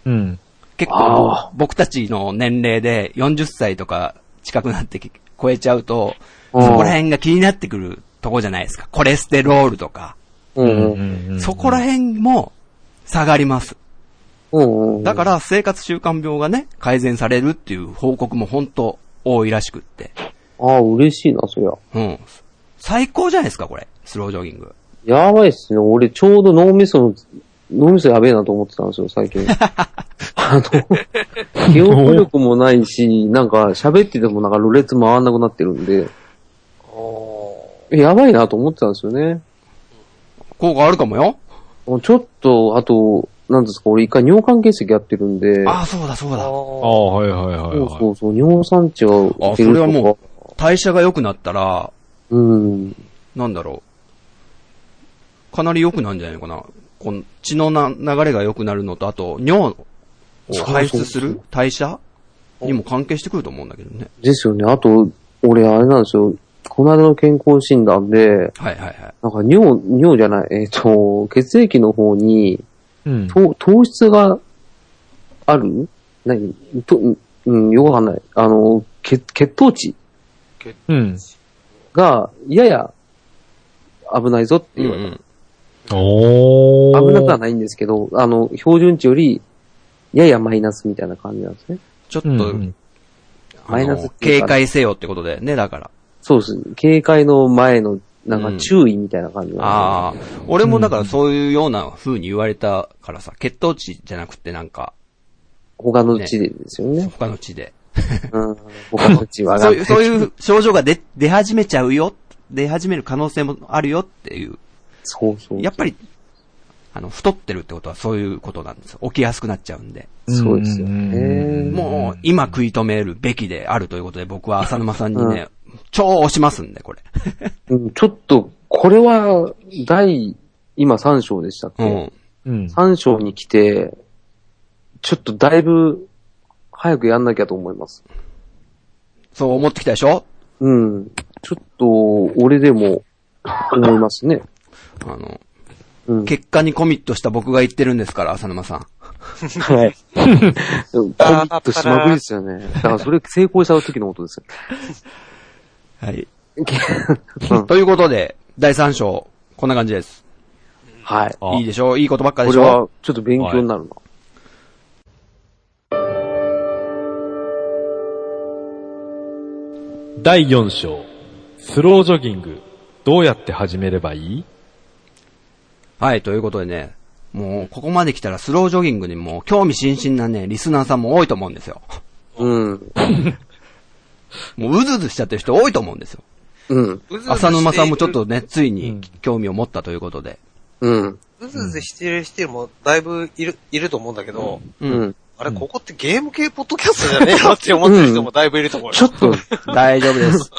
Speaker 4: うん。
Speaker 2: 結
Speaker 1: あ
Speaker 2: 構、僕たちの年齢で40歳とか近くなってき超えちゃうと、そ
Speaker 1: うん
Speaker 2: こら辺が気になってくるとこじゃないですか。コレステロールとか、
Speaker 1: う。
Speaker 4: うんん。
Speaker 2: そこら辺も下がります。
Speaker 1: うんうん。、
Speaker 2: だからら生活習慣病がね、改善されるっていう報告も本当多いらしくって。
Speaker 1: ああ、嬉しいな、そりゃ。
Speaker 2: うん。最高じゃないですか、これ。スロージョギング。
Speaker 1: やばいっすね。俺、ちょうど脳みその、脳みそやべえなと思ってたんですよ、最 近。あの、記憶力もないし、なんか喋っててもなんかろれつ回んなくなってるんで、やばいなと思ってたんですよね。
Speaker 2: 効果あるかもよ。
Speaker 1: もうちょっと、あと、なんですか、俺一回尿管結石やってるんで、
Speaker 2: ああ、そうだそうだ。
Speaker 4: あ
Speaker 3: あ
Speaker 4: あ、はいはいはい、
Speaker 1: そう
Speaker 4: はい。
Speaker 1: そうそう、尿酸値は
Speaker 2: あ
Speaker 1: 出
Speaker 2: そ
Speaker 1: る
Speaker 2: れは
Speaker 1: とか
Speaker 2: も、代謝が良くなったら、
Speaker 1: うん。
Speaker 2: なんだろう。かなり良くなるんじゃないのかな。この血のな流れが良くなるのと、あと、尿を排出する代謝にも関係してくると思うんだけどね。
Speaker 1: ですよね。あと、俺、あれなんですよ。この間の健康診断で、
Speaker 2: はいはいはい。
Speaker 1: なんか尿、尿じゃない、えっ、と、血液の方に、
Speaker 4: うん。
Speaker 1: 糖糖質がある何と、うん、よくわかんない。あの、血、血糖値
Speaker 4: うん。
Speaker 1: が、やや、危ないぞって
Speaker 2: うん
Speaker 1: いうう、
Speaker 2: ん。
Speaker 4: おー。
Speaker 1: 危なくはないんですけど、あの、標準値より、ややマイナスみたいな感じなんですね。
Speaker 2: ちょっと、
Speaker 4: うんうん。
Speaker 2: あ
Speaker 1: マイナス
Speaker 2: の
Speaker 1: っ、ていう
Speaker 2: 警
Speaker 1: か
Speaker 2: 戒せよってことだよね、だから。
Speaker 1: そうです。警戒の前の、なん
Speaker 2: う
Speaker 1: か
Speaker 2: ん
Speaker 1: 注意みたいな感じなん
Speaker 2: ああ、俺もだからそういうような風に言われたからさ、血糖値じゃなくてなんか、
Speaker 1: ですよ、他の地でですよね。
Speaker 2: 他の血で。
Speaker 1: うん、他の地は
Speaker 2: そ
Speaker 1: 上
Speaker 2: うい
Speaker 1: が
Speaker 2: う、そういう症状が出、出始めちゃうよ、出始める可能性もあるよっていう。
Speaker 1: そうそう。
Speaker 2: やっぱり、あの、太ってるってことはそういうことなんですよ。起きやすくなっちゃうんで。
Speaker 1: そうですよね
Speaker 4: うん
Speaker 2: もう、今食い止めるべきであるということで、僕は浅沼さんにね、超押しますんで、これ。
Speaker 1: うんちょっと、これは、第、今3章でしたっけ、
Speaker 2: うん。
Speaker 4: うん。
Speaker 1: 三章に来て、ちょっとだいぶ早くやんなきゃと思います。
Speaker 2: そう思ってきたでしょ
Speaker 1: うん。ちょっと、俺でも思いますね。
Speaker 2: あの、
Speaker 1: うん。
Speaker 2: 結果にコミットした僕が言ってるんですから、浅沼さん。
Speaker 1: はい。コミットしまくりですよね。だからそれ成功した時のことです
Speaker 2: はい。
Speaker 1: よ。うん
Speaker 2: ということで、第3章、こんな感じです。
Speaker 1: はい。
Speaker 4: あ
Speaker 2: いいでしょういいことばっか
Speaker 1: こ
Speaker 2: でし
Speaker 1: れは
Speaker 2: ょ
Speaker 1: ちょっと勉強になるな。
Speaker 4: 第4章、スロージョギング、どうやって始めればいい
Speaker 2: はい、ということでね、もう、ここまで来たらスロージョギングにもう、興味津々なね、リスナーさんも多いと思うんですよ。
Speaker 1: うん。
Speaker 2: もう、うずうずしちゃってる人多いと思うんですよ。
Speaker 1: うん。
Speaker 2: 浅沼さんもちょっと。ね、ついうに
Speaker 4: ん
Speaker 2: 興味を持ったということで。
Speaker 1: うん。
Speaker 3: うずうずしてる人もだいぶいる、いると思うんだけど、
Speaker 2: う。
Speaker 1: うんん。
Speaker 3: あれ、ここってゲーム系ポッドキャストじゃねえよって思ってる人もだいぶいると思うよ。
Speaker 1: ちょっと、
Speaker 2: 大丈夫です。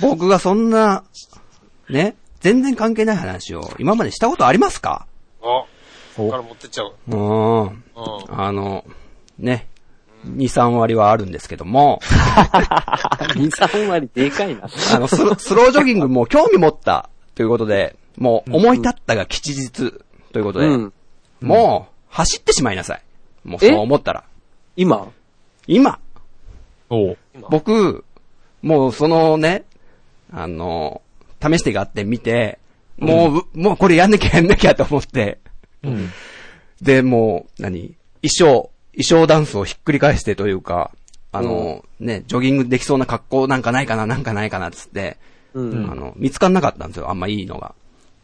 Speaker 2: 僕がそんな、ね、全然関係ない話を今までしたことありますか
Speaker 3: あ、ここから持ってっちゃう。
Speaker 2: うーん。
Speaker 3: うん。
Speaker 2: あの、ね、2、3割はあるんですけども、
Speaker 1: 2、3割でかいな。
Speaker 2: あの、スロスロージョギングも興味持ったということで、もう思い立ったが吉日ということで、
Speaker 1: うん。
Speaker 2: もう走ってしまいなさい。もうそう思ったら。
Speaker 1: 今
Speaker 2: 今、
Speaker 4: おう。
Speaker 2: 僕、もうそのね、あの、試してがあって見て、もう、うもうこれやんなきゃやんなきゃと思って、
Speaker 4: うん。
Speaker 2: で、もう、何衣装、衣装ダンスをひっくり返してというか、あの、ね、ジョギングできそうな格好なんかないかな、なんかないかな、つって、
Speaker 1: うん
Speaker 2: あの、見つかんなかったんですよ、あんまいいのが。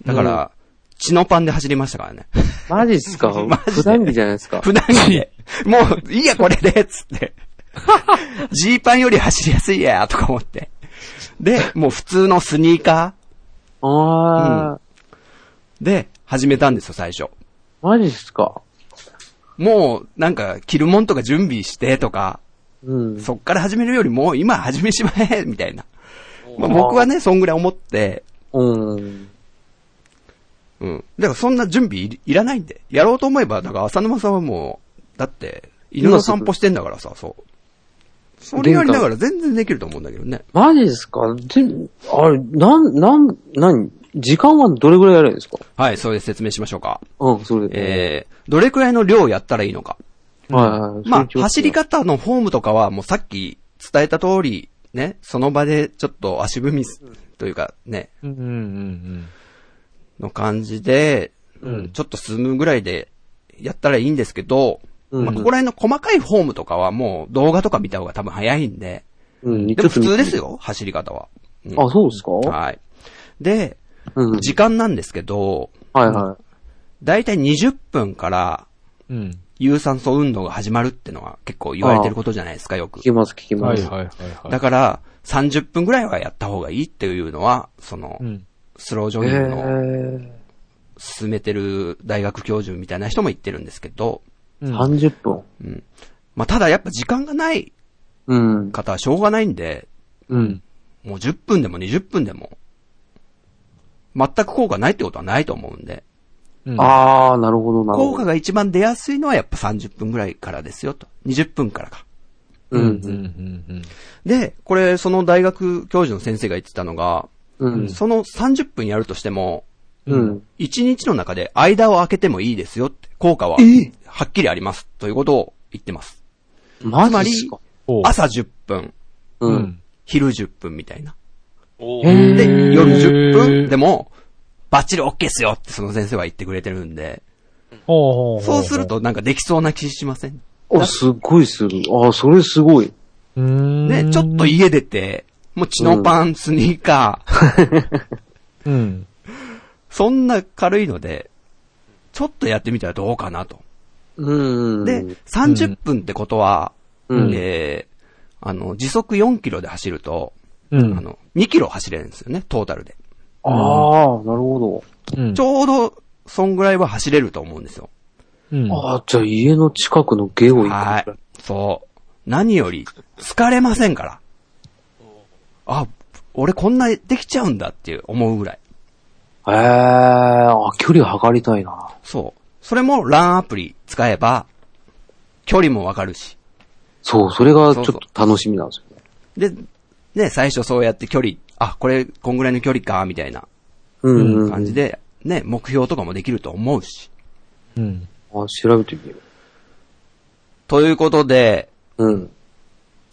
Speaker 2: だから、血のパンで走りましたからね。
Speaker 1: マジっすか
Speaker 2: マジで
Speaker 1: 普段着じゃないですか。
Speaker 2: 普段着 で、もう、いいや、これで、つって。ジーパンより走りやすいや、とか思って。で、もう普通のスニーカ
Speaker 1: あ
Speaker 2: ーで始めたんですよ、最初。
Speaker 1: ー、マジっすか。
Speaker 2: もう、なんか、着るもんとか準備して、とか、
Speaker 1: うん。
Speaker 2: そっから始めるよりも、今始めしまえ、みたいな。まあ、僕はね、そんぐらい思って、
Speaker 1: うん。
Speaker 2: うん。だからそんな準備いいらないんで。やろうと思えば、だから浅沼さんはもう、だって、犬の散歩してんだからさ、そう。それやりながら全然できると思うんだけどね。
Speaker 1: マジっすかで、あれ、なん、なん、なん、時間はどれぐらいやるんですか
Speaker 2: はい、それで説明しましょうか。
Speaker 1: うん、それで。
Speaker 2: えー、どれくらいの量をやったらいいのか。
Speaker 1: はいはいはい。そ
Speaker 2: まあ、
Speaker 1: れ
Speaker 2: 走り。方のフォームとかはもうさっき伝えた通り、ね、その場でちょっと足踏みすというかね、
Speaker 4: うんうんうん
Speaker 2: の感じで、
Speaker 4: うん
Speaker 2: ちょっと進むぐらいでやったらいいんですけど、
Speaker 1: うん
Speaker 2: まあ、ここら辺の細かいフォームとかはもう動画とか見た方が多分早いんで、
Speaker 1: うん、
Speaker 2: でも普通です。よ、走り方は。うん
Speaker 1: あ、そうですか
Speaker 2: はい。で、
Speaker 1: うん。
Speaker 2: 時間なんですけど、
Speaker 1: はいはい。
Speaker 2: だいたい20分から
Speaker 4: うん。
Speaker 2: 有酸素運動が始まるってのは結構言われてることじゃないですか、よく
Speaker 1: 聞。きます、聞き
Speaker 4: は
Speaker 1: ま
Speaker 4: い
Speaker 1: す。
Speaker 4: はいはいは
Speaker 2: だ
Speaker 4: い。か
Speaker 2: から、30分ぐらいはやった方がいいっていうのは、その
Speaker 4: う、ん。
Speaker 2: スロージョ
Speaker 1: へ
Speaker 2: ギングの
Speaker 1: ー
Speaker 2: 進めてる大学教授みたいな人も言ってるんですけど、
Speaker 4: うん
Speaker 1: 30分。
Speaker 2: うん。まあ、ただやっぱ時間がない
Speaker 1: うん。
Speaker 2: 方はしょうがないんで、
Speaker 1: うん。
Speaker 2: もう10分でも20分でも、全く効果ないってことはないと思うんで、
Speaker 4: うん
Speaker 1: あー、なるほど、なるほど。
Speaker 2: 効果が一番出やすいのはやっぱ30分ぐらいからですよと。20分からか。
Speaker 1: う
Speaker 4: うん
Speaker 1: ん
Speaker 4: う。んうん
Speaker 2: で、これ、その大学教授の先生が言ってたのが、
Speaker 1: うん。
Speaker 2: その30分やるとしても、
Speaker 1: うん。
Speaker 2: 1日の中で間を空けてもいいですよって、効果は、はっきりあります。ということを言ってます。
Speaker 1: マジっすか
Speaker 4: うん。
Speaker 2: 朝10分、
Speaker 4: う
Speaker 1: うんん。。
Speaker 2: 昼10分みたいな。
Speaker 3: お
Speaker 1: へ
Speaker 3: ー
Speaker 1: ー
Speaker 2: で、夜10分でも、バッチリ OK っすよってその先生は言ってくれてるんで、
Speaker 4: ほうほうほうほう
Speaker 2: そうする、となんかできそうな気しません
Speaker 1: あ、すっごいする。あ、それすごい。
Speaker 4: うーん
Speaker 2: ね、ちょっと家出て、もう血のパン、スニーカー、
Speaker 4: うん。
Speaker 2: そんな軽いので、ちょっとやってみたらどうかなと。
Speaker 1: うん。
Speaker 2: で、30分ってことは、
Speaker 1: うん
Speaker 2: えーあの、時速4キロで走ると、
Speaker 4: う
Speaker 2: あの、2キロ走れるんですよね、トータルで。
Speaker 1: ああ、なるほ
Speaker 4: ん。
Speaker 2: ちょうど、そんぐらいは走れると思うんですよ。
Speaker 4: うん
Speaker 1: ど。ああ、じゃあ家の近くのゲオ行く。
Speaker 2: はい。そう。何より、疲れませんから。あ、俺こんなできちゃうんだっていう思うぐらい。
Speaker 1: ええあ、距離測りたいな。
Speaker 2: そう。それも、ランアプリ使えば、距離もわかるし。
Speaker 1: そう、それがちょっと楽しみなんですよね。
Speaker 2: で、ね、最初そうやって距離、あ、これ、こんぐらいの距離か、みたいな
Speaker 1: うんうん。
Speaker 2: 感じで、ね、目標とかもできると思うし。
Speaker 4: うん。
Speaker 1: あ、調べてみよ
Speaker 2: ということで、
Speaker 1: う。うん。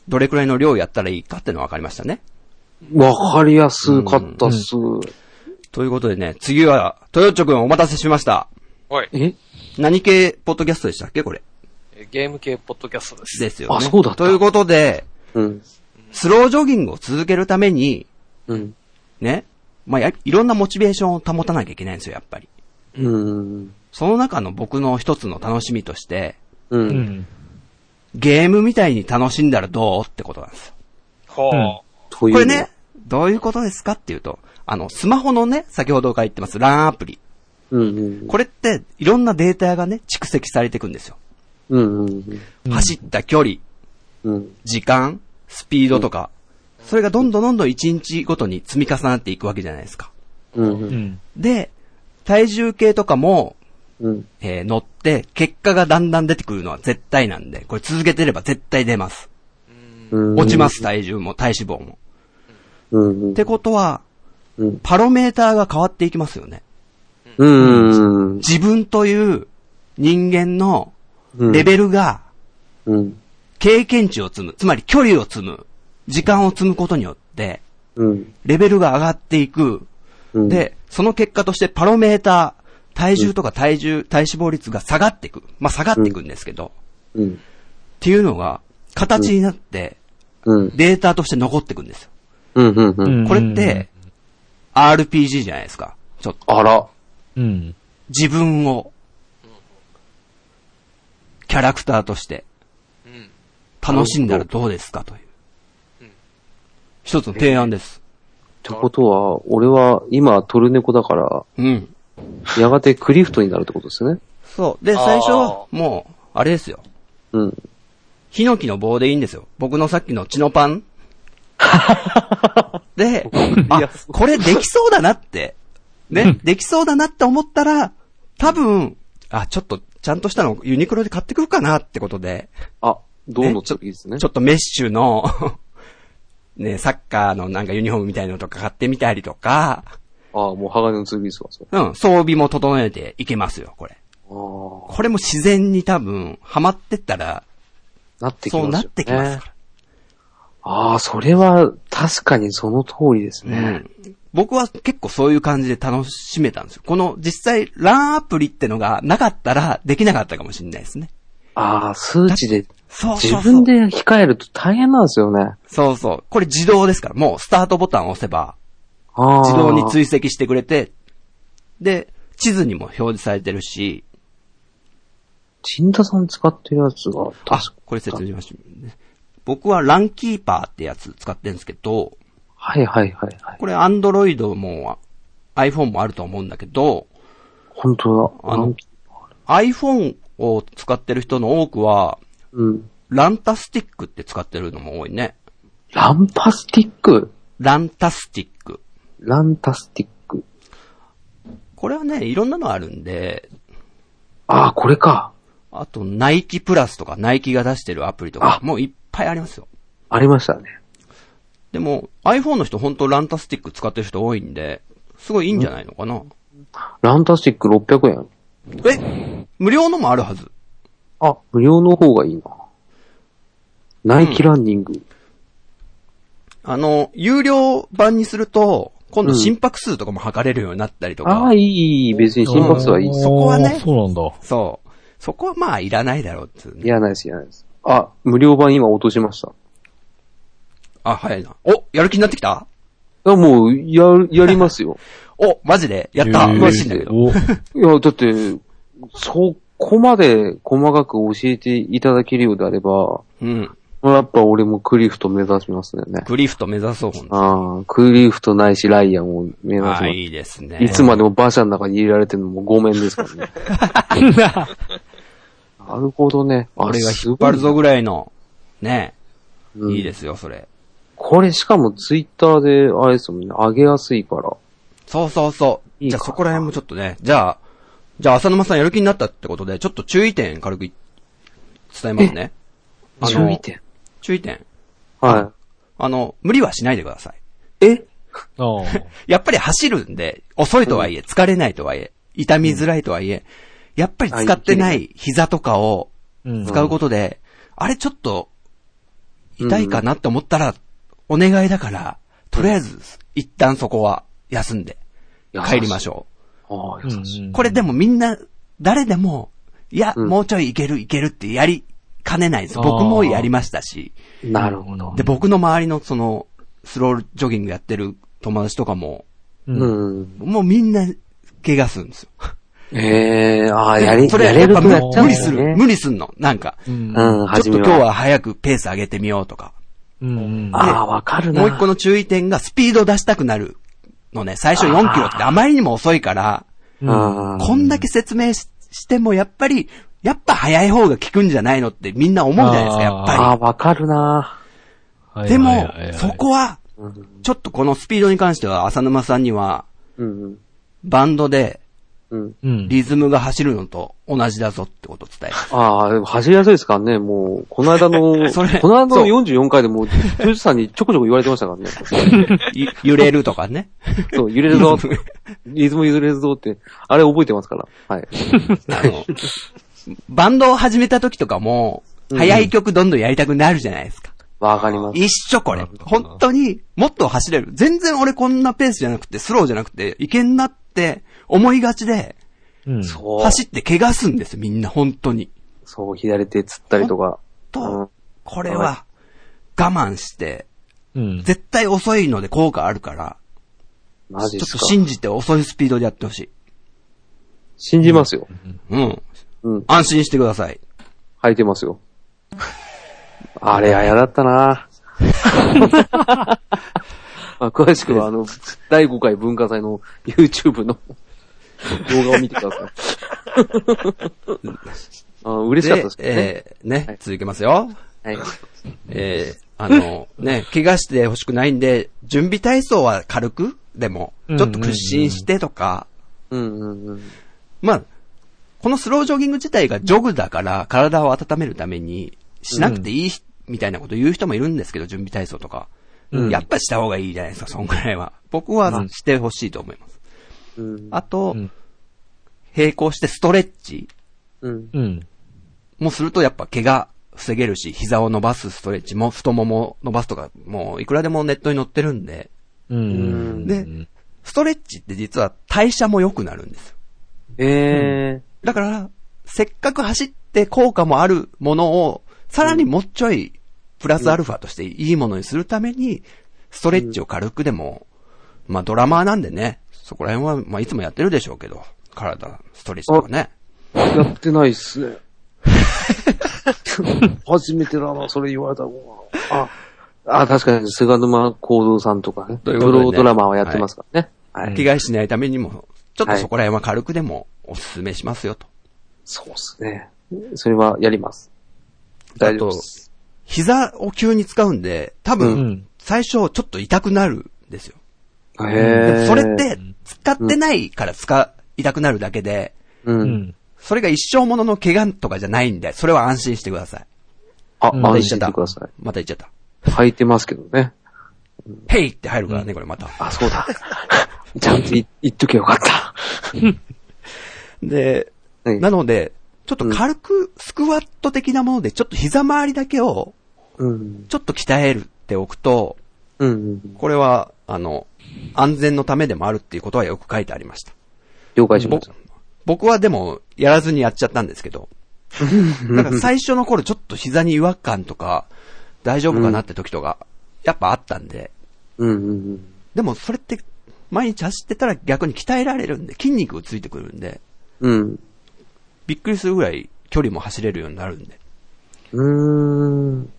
Speaker 2: どれくらいの量やったらいいかっていうのは分かりましたね。
Speaker 1: わかりやすかったっす。
Speaker 2: ということでね、次は、トヨッチョくんお待たせしました。
Speaker 3: はい。
Speaker 1: え
Speaker 2: 何系ポッドキャストでしたっけこれ。
Speaker 3: えゲーム系ポッドキャストです。
Speaker 2: ですよね。
Speaker 1: あそうだった
Speaker 2: ということで、
Speaker 1: うん。
Speaker 2: スロージョギングを続けるために、
Speaker 1: うん。
Speaker 2: ね、まあ、やいろんなモチベーションを保たなきゃいけないんですよ、やっぱり。
Speaker 1: うん。
Speaker 2: その中の僕の一つの楽しみとして、
Speaker 1: う。
Speaker 4: うんん。
Speaker 2: ゲームみたいに楽しんだらどうってことなんですよ。
Speaker 3: ほ
Speaker 4: うん
Speaker 3: う。
Speaker 1: こ
Speaker 2: これね、。どういうことですかっていうと、あの、スマホのね、先ほどから言ってます、LAN アプリ。
Speaker 1: うんうん。
Speaker 2: これって、いろんなデータがね、蓄積されていくんですよ。
Speaker 1: うんうん。
Speaker 4: うん
Speaker 2: 走った距離、
Speaker 1: うん。
Speaker 2: 時間、スピードとか、それがどんどんどんどん1日ごとに積み重なっていくわけじゃないですか。
Speaker 1: う。
Speaker 4: うんん。
Speaker 2: で、体重計とかも、
Speaker 1: うん。
Speaker 2: えー乗って、結果がだんだん出てくるのは絶対なんで、これ続けてれば絶対出ます。
Speaker 1: うん。
Speaker 2: 落ちま。す、体重も、体脂肪も。
Speaker 1: うんうん
Speaker 2: っ。てことは、
Speaker 1: うん。
Speaker 2: パロメーターが変わっていきますよね。
Speaker 1: うん。
Speaker 2: 自分という人間のレベルが
Speaker 1: うん。
Speaker 2: 経験値を積む、つまり距離を積む、時間を積むことによって、
Speaker 1: うん。
Speaker 2: レベルが上がっていく。
Speaker 1: うん。
Speaker 2: で、その結果としてパロメーター、体重とか体重、体脂肪率が下がっていく。まあ、下がっていくんですけど、
Speaker 1: うん。
Speaker 2: っていうのが、形になって、
Speaker 1: うん。
Speaker 2: データとして残っていくんですよ。
Speaker 1: うん。うん。うん。
Speaker 2: これって、、RPG じゃないですか。ちょっと、
Speaker 1: あら。
Speaker 4: うん。
Speaker 2: 自分を、キャラクターとして、
Speaker 3: うん。
Speaker 2: 楽しんだらどうですかという
Speaker 3: うん。
Speaker 2: 一つの提案です。
Speaker 1: ってことは、俺は今トルネコだから、
Speaker 2: うん。
Speaker 1: やがてクリフトになるってことですね。
Speaker 2: そう。で、
Speaker 3: あー
Speaker 2: 最初は、もう、あれですよ。
Speaker 1: うん。
Speaker 2: ヒノキの棒でいいんですよ。僕のさっきの血のパン。で、あ、これできそうだなって。ね、できそうだなって思ったら、多分、あ、ちょっと、ちゃんとしたのユニクロで買ってくるかなってことで、
Speaker 1: あ、どうのっていいですね。
Speaker 2: ちょっとメッシュの、 ね、サッカーのなんかユニフォームみたいなのとか買ってみたりとか、
Speaker 1: あもう鋼の剣ですわ、そ
Speaker 2: うん、装備も整えていけますよ、これ。
Speaker 1: う。あ
Speaker 2: これも自然に多分、ハマってったら、
Speaker 1: あ、なってきます
Speaker 2: そ
Speaker 1: よ、
Speaker 2: う
Speaker 1: ね。
Speaker 2: なってきますから。
Speaker 1: ああ、それは確かにその通りです
Speaker 2: う
Speaker 1: ね。
Speaker 2: ん。僕は結構そういう感じで楽しめたんですよ。この実際、LAN アプリってのがなかったらできなかったかもしれないですね。
Speaker 1: ああ、数値で
Speaker 2: そうそうそう。
Speaker 1: 自分で控えると大変なんですよね。
Speaker 2: そうそう。これ自動ですから、もうスタートボタンを押せば、
Speaker 1: ああ
Speaker 2: 自動に追跡してくれて、で、地図にも表示されてるし、
Speaker 1: チンタさん使ってるやつが、
Speaker 2: あ、これ説明しましょうね。僕はランキーパーってやつ使ってるんですけど、
Speaker 1: はいはいはいはい。
Speaker 2: これ Android も iPhone もあると思うんだけど、
Speaker 1: 本当だ。
Speaker 2: あの iPhone を使ってる人の多くは、
Speaker 1: うん。
Speaker 2: ランタスティックって使ってるのも多いね。
Speaker 1: ランパスティック。
Speaker 2: ランタスティック。
Speaker 1: ランタスティック。
Speaker 2: これはね、いろんなのあるんで、
Speaker 1: ああ、これか。
Speaker 2: あと、ナイキプラスとか、ナイキが出してるアプリとか、
Speaker 1: あ
Speaker 2: もういっぱいありますよ。
Speaker 1: ありましたね。
Speaker 2: でも、iPhone の人本当ランタスティック使ってる人多いんで、すごいいいんじゃないのかな。
Speaker 1: ランタスティック600円。
Speaker 2: え無料のもあるはず。
Speaker 1: あ、無料の方がいいな。ナイキランニング。
Speaker 2: あの、有料版にすると、今度心拍数とかも測れるようになったりとか、
Speaker 1: ああ、いい、いい別に心拍数はいいです
Speaker 2: そ。こはね
Speaker 4: そうなんだ。
Speaker 2: そう。そこはまあいらないだろうっていうね
Speaker 1: いや、ないです、いや、ないです。あ、無料版今落としました。
Speaker 2: あ、早いな。お、やる気になってきた
Speaker 1: あもう、やる、やります よ。
Speaker 2: お、マジでやった。
Speaker 4: えー
Speaker 2: 嬉しいんだけど。
Speaker 4: お
Speaker 1: いや、だって、そこまで細かく教えていただけるようであれば、
Speaker 2: うん。
Speaker 1: やっぱ俺もクリフト目指しますよね。
Speaker 2: クリフト目指そう、ほんと。
Speaker 1: ああ、クリフトないしライアンを目指しま
Speaker 2: あ
Speaker 1: す。
Speaker 2: ー
Speaker 1: い
Speaker 2: いいですね。
Speaker 1: つまでも馬車の中に入れられてるのもごめんですからね。 なるほどね。あ
Speaker 2: 俺が引っ張るぞぐらいの、ね、
Speaker 1: すごいね。
Speaker 2: いいですすよ、それ。
Speaker 1: これしかもツイッターで、あれですもんね、上げやすいから。
Speaker 2: そうそうそう。
Speaker 1: いい
Speaker 2: じゃ
Speaker 1: か
Speaker 2: あそこら辺もちょっとね、じゃあ、じゃあ浅沼さんやる気になったってことで、ちょっと注意点軽くい伝えますね。あの
Speaker 1: 注意。点。
Speaker 2: 注意点。
Speaker 1: は
Speaker 2: あの、無理はしないでください。
Speaker 1: い。え
Speaker 4: ああ
Speaker 2: やっぱり走るんで、遅いとはいえ、疲れないとはいえ、痛みづらいとはいえ、やっぱり使ってない膝とかを
Speaker 4: うん。
Speaker 2: 使うことで、あれちょっと、痛いかなって思ったら、お願いだから、とりあえず、一旦そこは休んで、帰りまし
Speaker 1: ょ
Speaker 2: ょ
Speaker 1: う。ああ、
Speaker 4: う
Speaker 1: 優しい。
Speaker 2: う。
Speaker 4: ん
Speaker 2: これでもみんな、誰でも、いや、
Speaker 1: うん
Speaker 2: もうちょいいけるいけるってやりかねないんですよ。
Speaker 4: あー
Speaker 2: 僕もやりましたし、
Speaker 1: なるほど。
Speaker 2: で、僕の周りのその、スロージョギングやってる友達とかも、
Speaker 4: う。
Speaker 1: うんん。
Speaker 2: もうみんな、怪我するんですよ。
Speaker 1: ええああ、やり、
Speaker 2: それ
Speaker 1: や
Speaker 2: は
Speaker 1: れ
Speaker 2: やっ
Speaker 1: る
Speaker 2: ぱ
Speaker 1: とやっちゃうん
Speaker 2: 無
Speaker 1: で
Speaker 2: 理す
Speaker 1: す
Speaker 2: る、
Speaker 1: ね。
Speaker 2: 無理すんの。なんか、
Speaker 4: う。
Speaker 1: うんん、
Speaker 2: ちょっ
Speaker 1: 初
Speaker 2: と
Speaker 1: め
Speaker 2: 今日は早くペース上げてみようとか。
Speaker 4: うん。
Speaker 1: ああ、わかるな。
Speaker 2: もう一個の注意点がスピード出したくなるのね。最初4キロってあまりにも遅いから、
Speaker 4: うん
Speaker 1: ああ
Speaker 2: こんだけ説明ししてもやっぱり、やっぱ早い方が効くんじゃないのってみんな思うじゃないですか、やっ
Speaker 1: あ
Speaker 2: ぱ
Speaker 1: あ、わかるな。
Speaker 4: はい
Speaker 2: り。で
Speaker 4: はい
Speaker 2: も
Speaker 4: はいは、い
Speaker 2: そこは、
Speaker 1: うん。
Speaker 2: ちょっとこのスピードに関しては浅沼さんには、
Speaker 1: うん。
Speaker 2: バンドで
Speaker 1: うん。
Speaker 4: うん。
Speaker 2: リズムが走るのと同じだぞってことを伝えます。
Speaker 1: ああ、でも走りやすいですからね、もう、この間の、
Speaker 2: それ
Speaker 1: この間の44回でもう、トヨさんにちょこちょこ言われてましたからね。
Speaker 2: ゆ揺れるとかね。
Speaker 1: そう、揺れるぞ、リズム揺れるぞって、あれ覚えてますから。はい。
Speaker 2: あの、 バンドを始めた時とかも、
Speaker 1: うん
Speaker 2: 早い曲どんどんやりたくなるじゃないですか。
Speaker 1: わかります。
Speaker 2: 一緒これ。本当に、もっと走れる。全然俺こんなペースじゃなくて、スローじゃなくて、いけんなって思いがちで、
Speaker 4: うん。
Speaker 1: そう。
Speaker 2: 走って怪我すんですよ、みんな、本当に。
Speaker 1: そう、左手つったりとか。
Speaker 2: と、これ
Speaker 1: はい
Speaker 2: は、我慢して、
Speaker 4: うん。
Speaker 2: 絶対遅いので効果あるから、
Speaker 1: うん、マジ
Speaker 2: ちょ
Speaker 1: っ
Speaker 2: っ
Speaker 1: す
Speaker 2: と
Speaker 1: か。
Speaker 2: 信じて遅いスピードでやってほしい。
Speaker 1: 信じますよ。
Speaker 2: うん。
Speaker 1: うん。
Speaker 2: 安心してください。
Speaker 1: 履いてますよ。あれ、嫌だった なあ詳しくは、あの、第5回文化祭の YouTube の動画を見てください。 あ嬉しかったですけどね。
Speaker 2: で、えー、ね
Speaker 1: はい、
Speaker 2: 続けますよ。
Speaker 1: はい。
Speaker 2: えー、あの、 ね、怪我してほしくないんで、準備体操は軽く、でも、ちょっと屈伸してとか、
Speaker 1: うんうんうん。
Speaker 2: まあ、このスロージョギング自体がジョグだから、体を温めるために、しなくていい、みたいなこと言う人もいるんですけど、準備体操とか。
Speaker 4: うん
Speaker 2: やっぱした方がいいじゃないですか、そんぐらいは。僕はしてほしいと思います。
Speaker 1: うん。
Speaker 2: あと、
Speaker 4: うん
Speaker 2: 並行してストレッチ
Speaker 1: うん。
Speaker 4: うん。
Speaker 2: もするとやっぱ怪我防げるし、膝を伸ばすストレッチも、太ももを伸ばすとか、もういくらでもネットに載ってるんで、
Speaker 4: うん。
Speaker 2: で、ストレッチって実は代謝も良くなるんですよ。
Speaker 1: え
Speaker 2: だから、せっかく走って効果もあるものを、さらにもうちょい、プラスアルファとしていいものにするために、ストレッチを軽くでも、まあドラマーなんでね、そこら辺は、まあいつもやってるでしょうけど、体、ストレッチとかね。
Speaker 1: えやってないっすね。 初めてだな、それ言われたもんな。あ、あ確かに、菅沼幸三さんとかね、
Speaker 2: と
Speaker 1: ブ
Speaker 2: いうことでね
Speaker 1: ロードラマーはやってますからね。はい。
Speaker 2: 着替えしないためにも、ちょっと
Speaker 1: はい
Speaker 2: そこら辺は軽くでもおすすめしますよと。
Speaker 1: そうっすね。それはやります。大丈夫です。
Speaker 2: 膝を急に使うんで、多
Speaker 4: う
Speaker 2: 分、
Speaker 4: ん。
Speaker 2: 最初ちょっと痛くなるんですよ。
Speaker 1: へ
Speaker 2: でも
Speaker 1: え。
Speaker 2: それっ、て、使ってないから使、痛くなるだけで、
Speaker 1: う。
Speaker 4: うんん。
Speaker 2: それが一生ものの怪我とかじゃないんで、それは安心してください。
Speaker 1: あ、
Speaker 4: うん
Speaker 1: 安心してくださ
Speaker 2: また言っちゃった。
Speaker 1: い。履いてますけどね。
Speaker 2: ヘイって入るからね、これまた。
Speaker 1: あ、そうだ。 ちゃんとい言っとけよかった。
Speaker 2: で、
Speaker 1: はい
Speaker 2: なので、ちょっと軽くスクワット的なもので、ちょっと膝周りだけを、
Speaker 1: うん。
Speaker 2: ちょっと鍛えるっておくと、
Speaker 1: うんうん。
Speaker 2: これは、あの、安全のためでもあるっていうことはよく書いてありました。
Speaker 1: 了解しました。
Speaker 2: 僕はでも、やらずにやっちゃったんですけ ど、だから最初の頃ちょっと膝に違和感とか、大丈夫かなって時とか、やっぱあったんで、
Speaker 1: うんうんうん。
Speaker 2: でもそれって、毎日走ってたら逆に鍛えられるんで、筋肉がついてくるんで、
Speaker 1: うん。
Speaker 2: びっくりするぐらい距離も走れるようになるんで。
Speaker 1: うーん。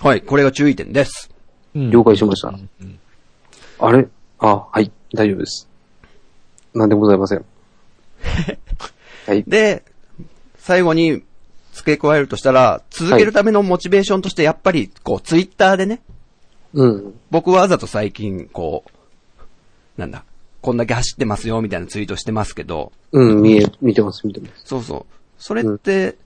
Speaker 2: はい、これが注意点です。
Speaker 4: うん
Speaker 1: 了解しました
Speaker 4: うん
Speaker 1: あれあ、はい。大丈夫です。なんでもございま せん。はい。
Speaker 2: で、最後に付け加えるとしたら、続けるためのモチベーションとしてやっぱり、こう、ツイッターでね、
Speaker 1: うん。
Speaker 2: 僕はわざと最近、こう、なんだ、こんだけ走ってますよ、みたいなツイートしてますけど、
Speaker 1: うん、見え、見てます、見てます。
Speaker 2: そうそう。それって、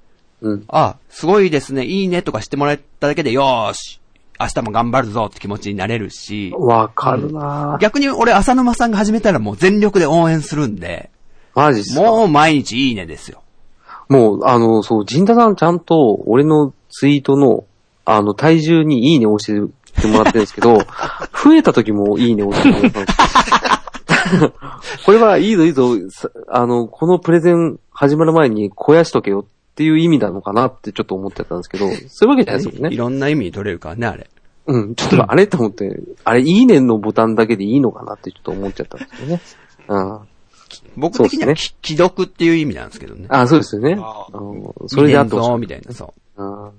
Speaker 1: うん。
Speaker 2: あ、すごいですね、いいねとかしてもらっただけで、よーし、明日も頑張るぞって気持ちになれるし、
Speaker 1: わかるなぁ
Speaker 2: 逆に俺、浅沼さんが始めたらもう全力で応援するんで、
Speaker 1: マジっすか
Speaker 2: もう毎日いいねですよ。
Speaker 1: もう、あの、そう、陣田さんちゃんと、俺のツイートの、あの、体重にいいねを押してもらってるんですけ ど、増えた時もいいねを押してもらったんですよこれはいいぞいいぞ、さあの、このプレゼン始まる前に肥やしとけよっていう意味なのかなってちょっと思ってたんですけど、そういうわけじゃないですよ
Speaker 2: い
Speaker 1: ね。
Speaker 2: ろんな意味に取れるからね、あれ。
Speaker 1: うん、ちょっとあれと思って、あれ、いいねのボタンだけでいいのかなってちょっと思っちゃったんですよね。うん。
Speaker 2: 僕的に
Speaker 1: そう
Speaker 2: は、
Speaker 1: っ
Speaker 2: き既読っていう意味なんですけどね。
Speaker 1: あ、そうですよね。
Speaker 3: あー
Speaker 1: うんそれであ
Speaker 2: 見てん
Speaker 1: と
Speaker 2: ぞ、、みたいな、そ
Speaker 1: うん
Speaker 2: う。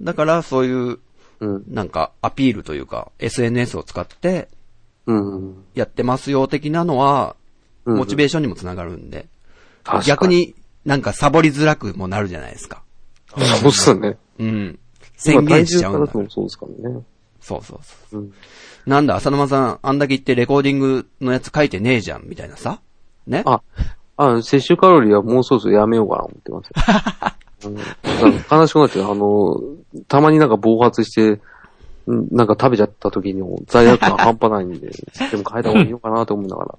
Speaker 2: だから、そういう、
Speaker 1: うん。
Speaker 2: なんか、アピールというか、SNS を使って、
Speaker 1: うん。
Speaker 2: やってますよ、的なのは、
Speaker 1: うん
Speaker 2: モチベーションにもつながるんで。
Speaker 1: 確かに
Speaker 2: 逆になんかサボりづらくもなるじゃないですか。
Speaker 1: そうっすよね。
Speaker 2: うん。宣言しちゃうん
Speaker 1: まあ体重
Speaker 2: だから
Speaker 1: からもそうですからね。
Speaker 2: そうそうそう。
Speaker 1: うん。
Speaker 2: なんだ、浅沼さん、あんだけ言ってレコーディングのやつ書いてねえじゃん、みたいなさ。ね
Speaker 1: あ、あ、摂取カロリーはもうそろそろやめようかな思ってますよ。 うん、なんか悲しくなって、あの、たまになんか暴発して、うんなんか食べちゃった時の罪悪感半端ないんで、でも変えた方がいいのかなと思いながら。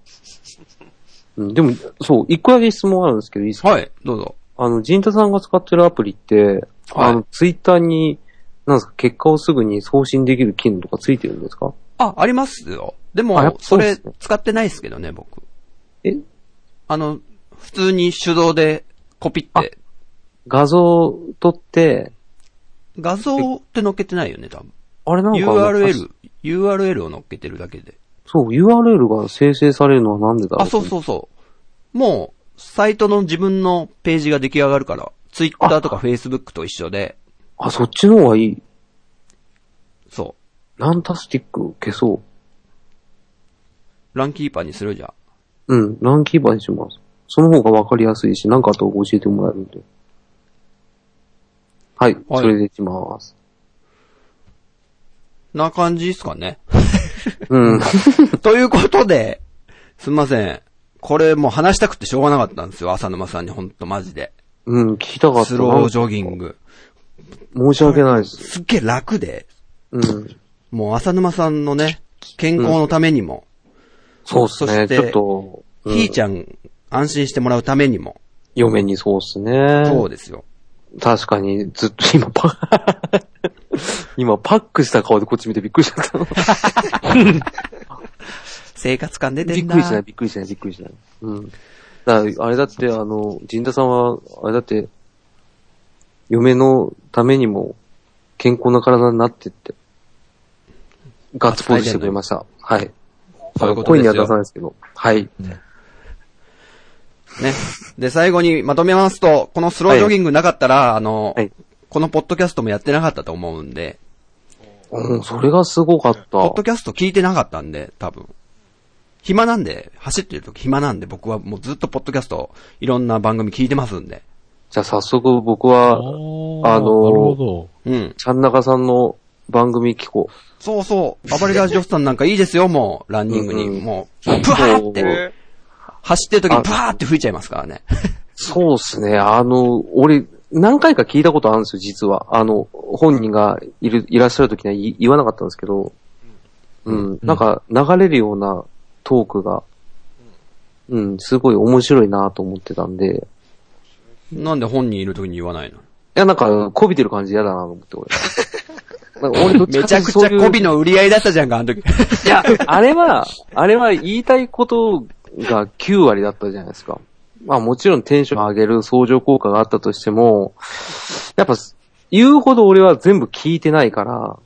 Speaker 1: うん、でも、そう、一個だけ質問あるんですけど、いいですか
Speaker 2: はい、どうぞ。
Speaker 1: あの、ジンタさんが使ってるアプリって、
Speaker 2: はい
Speaker 1: あの、ツイッターに、なんですか、結果をすぐに送信できる機能とかついてるんですか
Speaker 2: あ、ありますよ。で
Speaker 1: あやっ
Speaker 2: も
Speaker 1: ぱ、
Speaker 2: そ
Speaker 1: そうで
Speaker 2: れ
Speaker 1: すね
Speaker 2: 使ってないですけどね、僕。
Speaker 1: え
Speaker 2: あの、普通に手動でコピって、
Speaker 1: 画像を撮って、
Speaker 2: 画像って載っけてないよね、多分。
Speaker 1: あれなんかあの、
Speaker 2: URL、URL を載っけてるだけで。
Speaker 1: そう、URL が生成されるのはなんでだろう
Speaker 2: あ、そう
Speaker 1: う。
Speaker 2: そうそう。もう、サイトの自分のページが出来上がるから、ツイッターとかフェイスブックと一緒で、
Speaker 1: あ、そっちの方がいい。
Speaker 2: そ。
Speaker 1: ランタスティック消そう
Speaker 2: ランキーパーにするじゃん。
Speaker 1: う。うん、ランキーバーにします。その方がわかりやすいし、なんかあと教えてもらえるんで。はい、
Speaker 2: はい
Speaker 1: それでいきます。
Speaker 2: な感じですかね。
Speaker 1: うん。
Speaker 2: ということで、すんません。これもう話したくてしょうがなかったんですよ。浅沼さんにほんとマジで。
Speaker 1: うん、聞きたかった
Speaker 2: ス
Speaker 1: な。
Speaker 2: ロージョギング。
Speaker 1: 申し訳ないです。
Speaker 2: すっげえ楽で、
Speaker 1: うん。
Speaker 2: もう浅沼さんのね、健康のためにも、
Speaker 1: そうっす
Speaker 2: そ
Speaker 1: ね、
Speaker 2: して
Speaker 1: ちょっと。うん
Speaker 2: ひーちゃん安心してもらうためにも、
Speaker 1: 嫁にそうっすね。
Speaker 2: そうですよ。
Speaker 1: 確かに、ずっと今パ、 今パックした顔でこっち見てびっくりしちゃった。
Speaker 2: 生活感出て
Speaker 1: びっ
Speaker 2: んな
Speaker 1: くりしない、びっくりしない、びっくりしない。うん。だからあれだって、あの、陣田さんは、あれだって、嫁のためにも、健康な体になってって、ガッツポーズしてくれました。はい。
Speaker 2: そういうこと
Speaker 1: 声
Speaker 2: で
Speaker 1: には
Speaker 2: す
Speaker 1: 出さ
Speaker 2: よ
Speaker 1: ないですけど。はい。
Speaker 2: ね。で、最後にまとめますと、このスロージョギングなかったら、あの、
Speaker 1: はい
Speaker 2: このポッドキャストもやってなかったと思うんで、
Speaker 1: うん、それがすごかった。
Speaker 2: ポッドキャスト聞いてなかったんで、多分。暇なんで、走ってる時暇なんで、僕はもうずっとポッドキャスト、いろんな番組聞いてますんで。
Speaker 1: じゃあ早速僕は、
Speaker 4: ー
Speaker 1: あのー
Speaker 4: なるほど。
Speaker 2: うん。
Speaker 1: ちゃんなかさんの番組聞こ
Speaker 2: そうそう。暴れラジオスさんなんかいいですよ、もう、ランニングに。
Speaker 1: うんうん
Speaker 2: もう、プワーっ
Speaker 1: え
Speaker 2: て、
Speaker 1: ー
Speaker 3: え
Speaker 2: 走ってる時にプワーって吹いちゃいますからね。
Speaker 1: う。そうっすね。あの、俺、何回か聞いたことあるんですよ、実は。あの、本人がいる、いらっしゃる時には言言わなかったんですけど、うん、なんか流れるようなトークが、うん、すごい面白いなと思ってたんで、
Speaker 2: なんで本人いる時に言わないの
Speaker 1: いや、なんか、こびてる感じ嫌だなと思 って、俺。なんか俺どっち
Speaker 2: め
Speaker 1: か
Speaker 2: ち
Speaker 1: とい
Speaker 2: ゃ
Speaker 1: うと
Speaker 2: く
Speaker 1: そ
Speaker 2: ち
Speaker 1: う
Speaker 2: ゃ
Speaker 1: いう
Speaker 2: 媚びの売り合いだったじゃんか、あ の時。
Speaker 1: いや、あれは、あれは言いたいことが9割だったじゃないですか。まあもちろんテンション上げる相乗効果があったとしても、やっぱ言うほど俺は全部聞いてないから、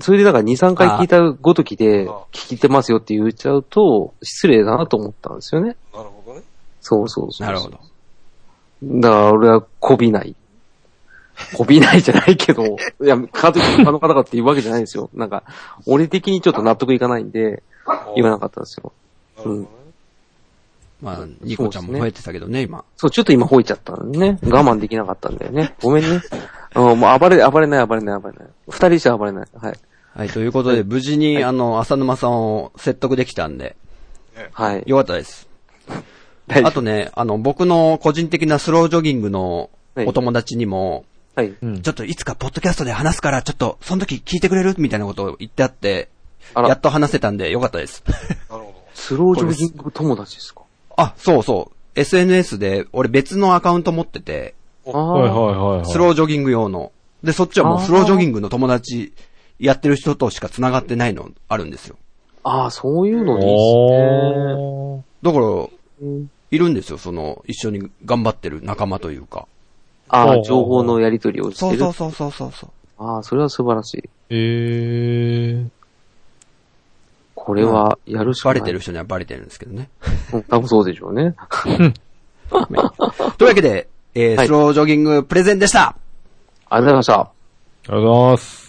Speaker 1: それでなんか2、3回聞いたごときで
Speaker 3: あ
Speaker 1: 聞いてますよって言っちゃうと失礼だなと思ったんですよね。
Speaker 3: なるほどね。
Speaker 1: そうそうそう。
Speaker 2: なるほど。。
Speaker 1: だから俺はこびない。こびないじゃないけど、いや、かといって他の方がっていうわけじゃないですよ。なんか、俺的にちょっと納得いかないんで、言わなかったんですよ。
Speaker 3: なるほどね。
Speaker 2: まあ、ニコちゃんも吠えてたけどね、今。
Speaker 1: そう、ちょっと今吠えちゃったのね。我慢できなかったんだよね。ごめんね。 うん、もう暴れ、暴れない、暴れない、暴れない。二人して暴れない。はい。
Speaker 2: はい、ということで、無事に、あの、浅沼さんを説得できたんで、
Speaker 1: はい。
Speaker 2: よかったです。
Speaker 1: 大丈
Speaker 2: あ
Speaker 1: 夫
Speaker 2: とね、あの、僕の個人的なスロージョギングの
Speaker 1: はい
Speaker 2: お友達にも、
Speaker 1: はい。
Speaker 4: うん
Speaker 2: ちょっといつかポッドキャストで話すから、ちょっと、その時聞いてくれるみたいなことを言ってあって、
Speaker 1: あら
Speaker 2: やっと話せたんでよかったです。
Speaker 3: なるほど。
Speaker 1: スロージョギング友達ですか
Speaker 2: あ、そうそう。SNS で、俺別のアカウント持ってて、
Speaker 1: ああ
Speaker 4: はいはい
Speaker 1: ー。
Speaker 4: はいはい。
Speaker 2: スロージョギング用の。で、そっちはもうスロージョギングの友達、やってる人としか繋がってないの、あるんですよ。
Speaker 1: ああ、そういうのいい
Speaker 4: おー
Speaker 2: だから、
Speaker 1: ですね。
Speaker 2: いるんですよ、その、一緒に頑張ってる仲間というか。
Speaker 1: あ
Speaker 4: おうお
Speaker 1: あ、
Speaker 4: う
Speaker 1: 情報のやり取りをして
Speaker 2: そう
Speaker 1: る。
Speaker 2: そうそうそうそうそう。
Speaker 1: ああ、それは素晴らしい。
Speaker 4: えー。
Speaker 1: これは、やるしか
Speaker 2: バ
Speaker 1: ない。
Speaker 2: レてる。人にはバレてるんですけどね。
Speaker 1: うん、多分そうでしょうね。
Speaker 2: というわけで、えー
Speaker 1: はい
Speaker 2: スロージョギングプレゼンでした
Speaker 1: ありがとうございました。
Speaker 4: ありがとうございます。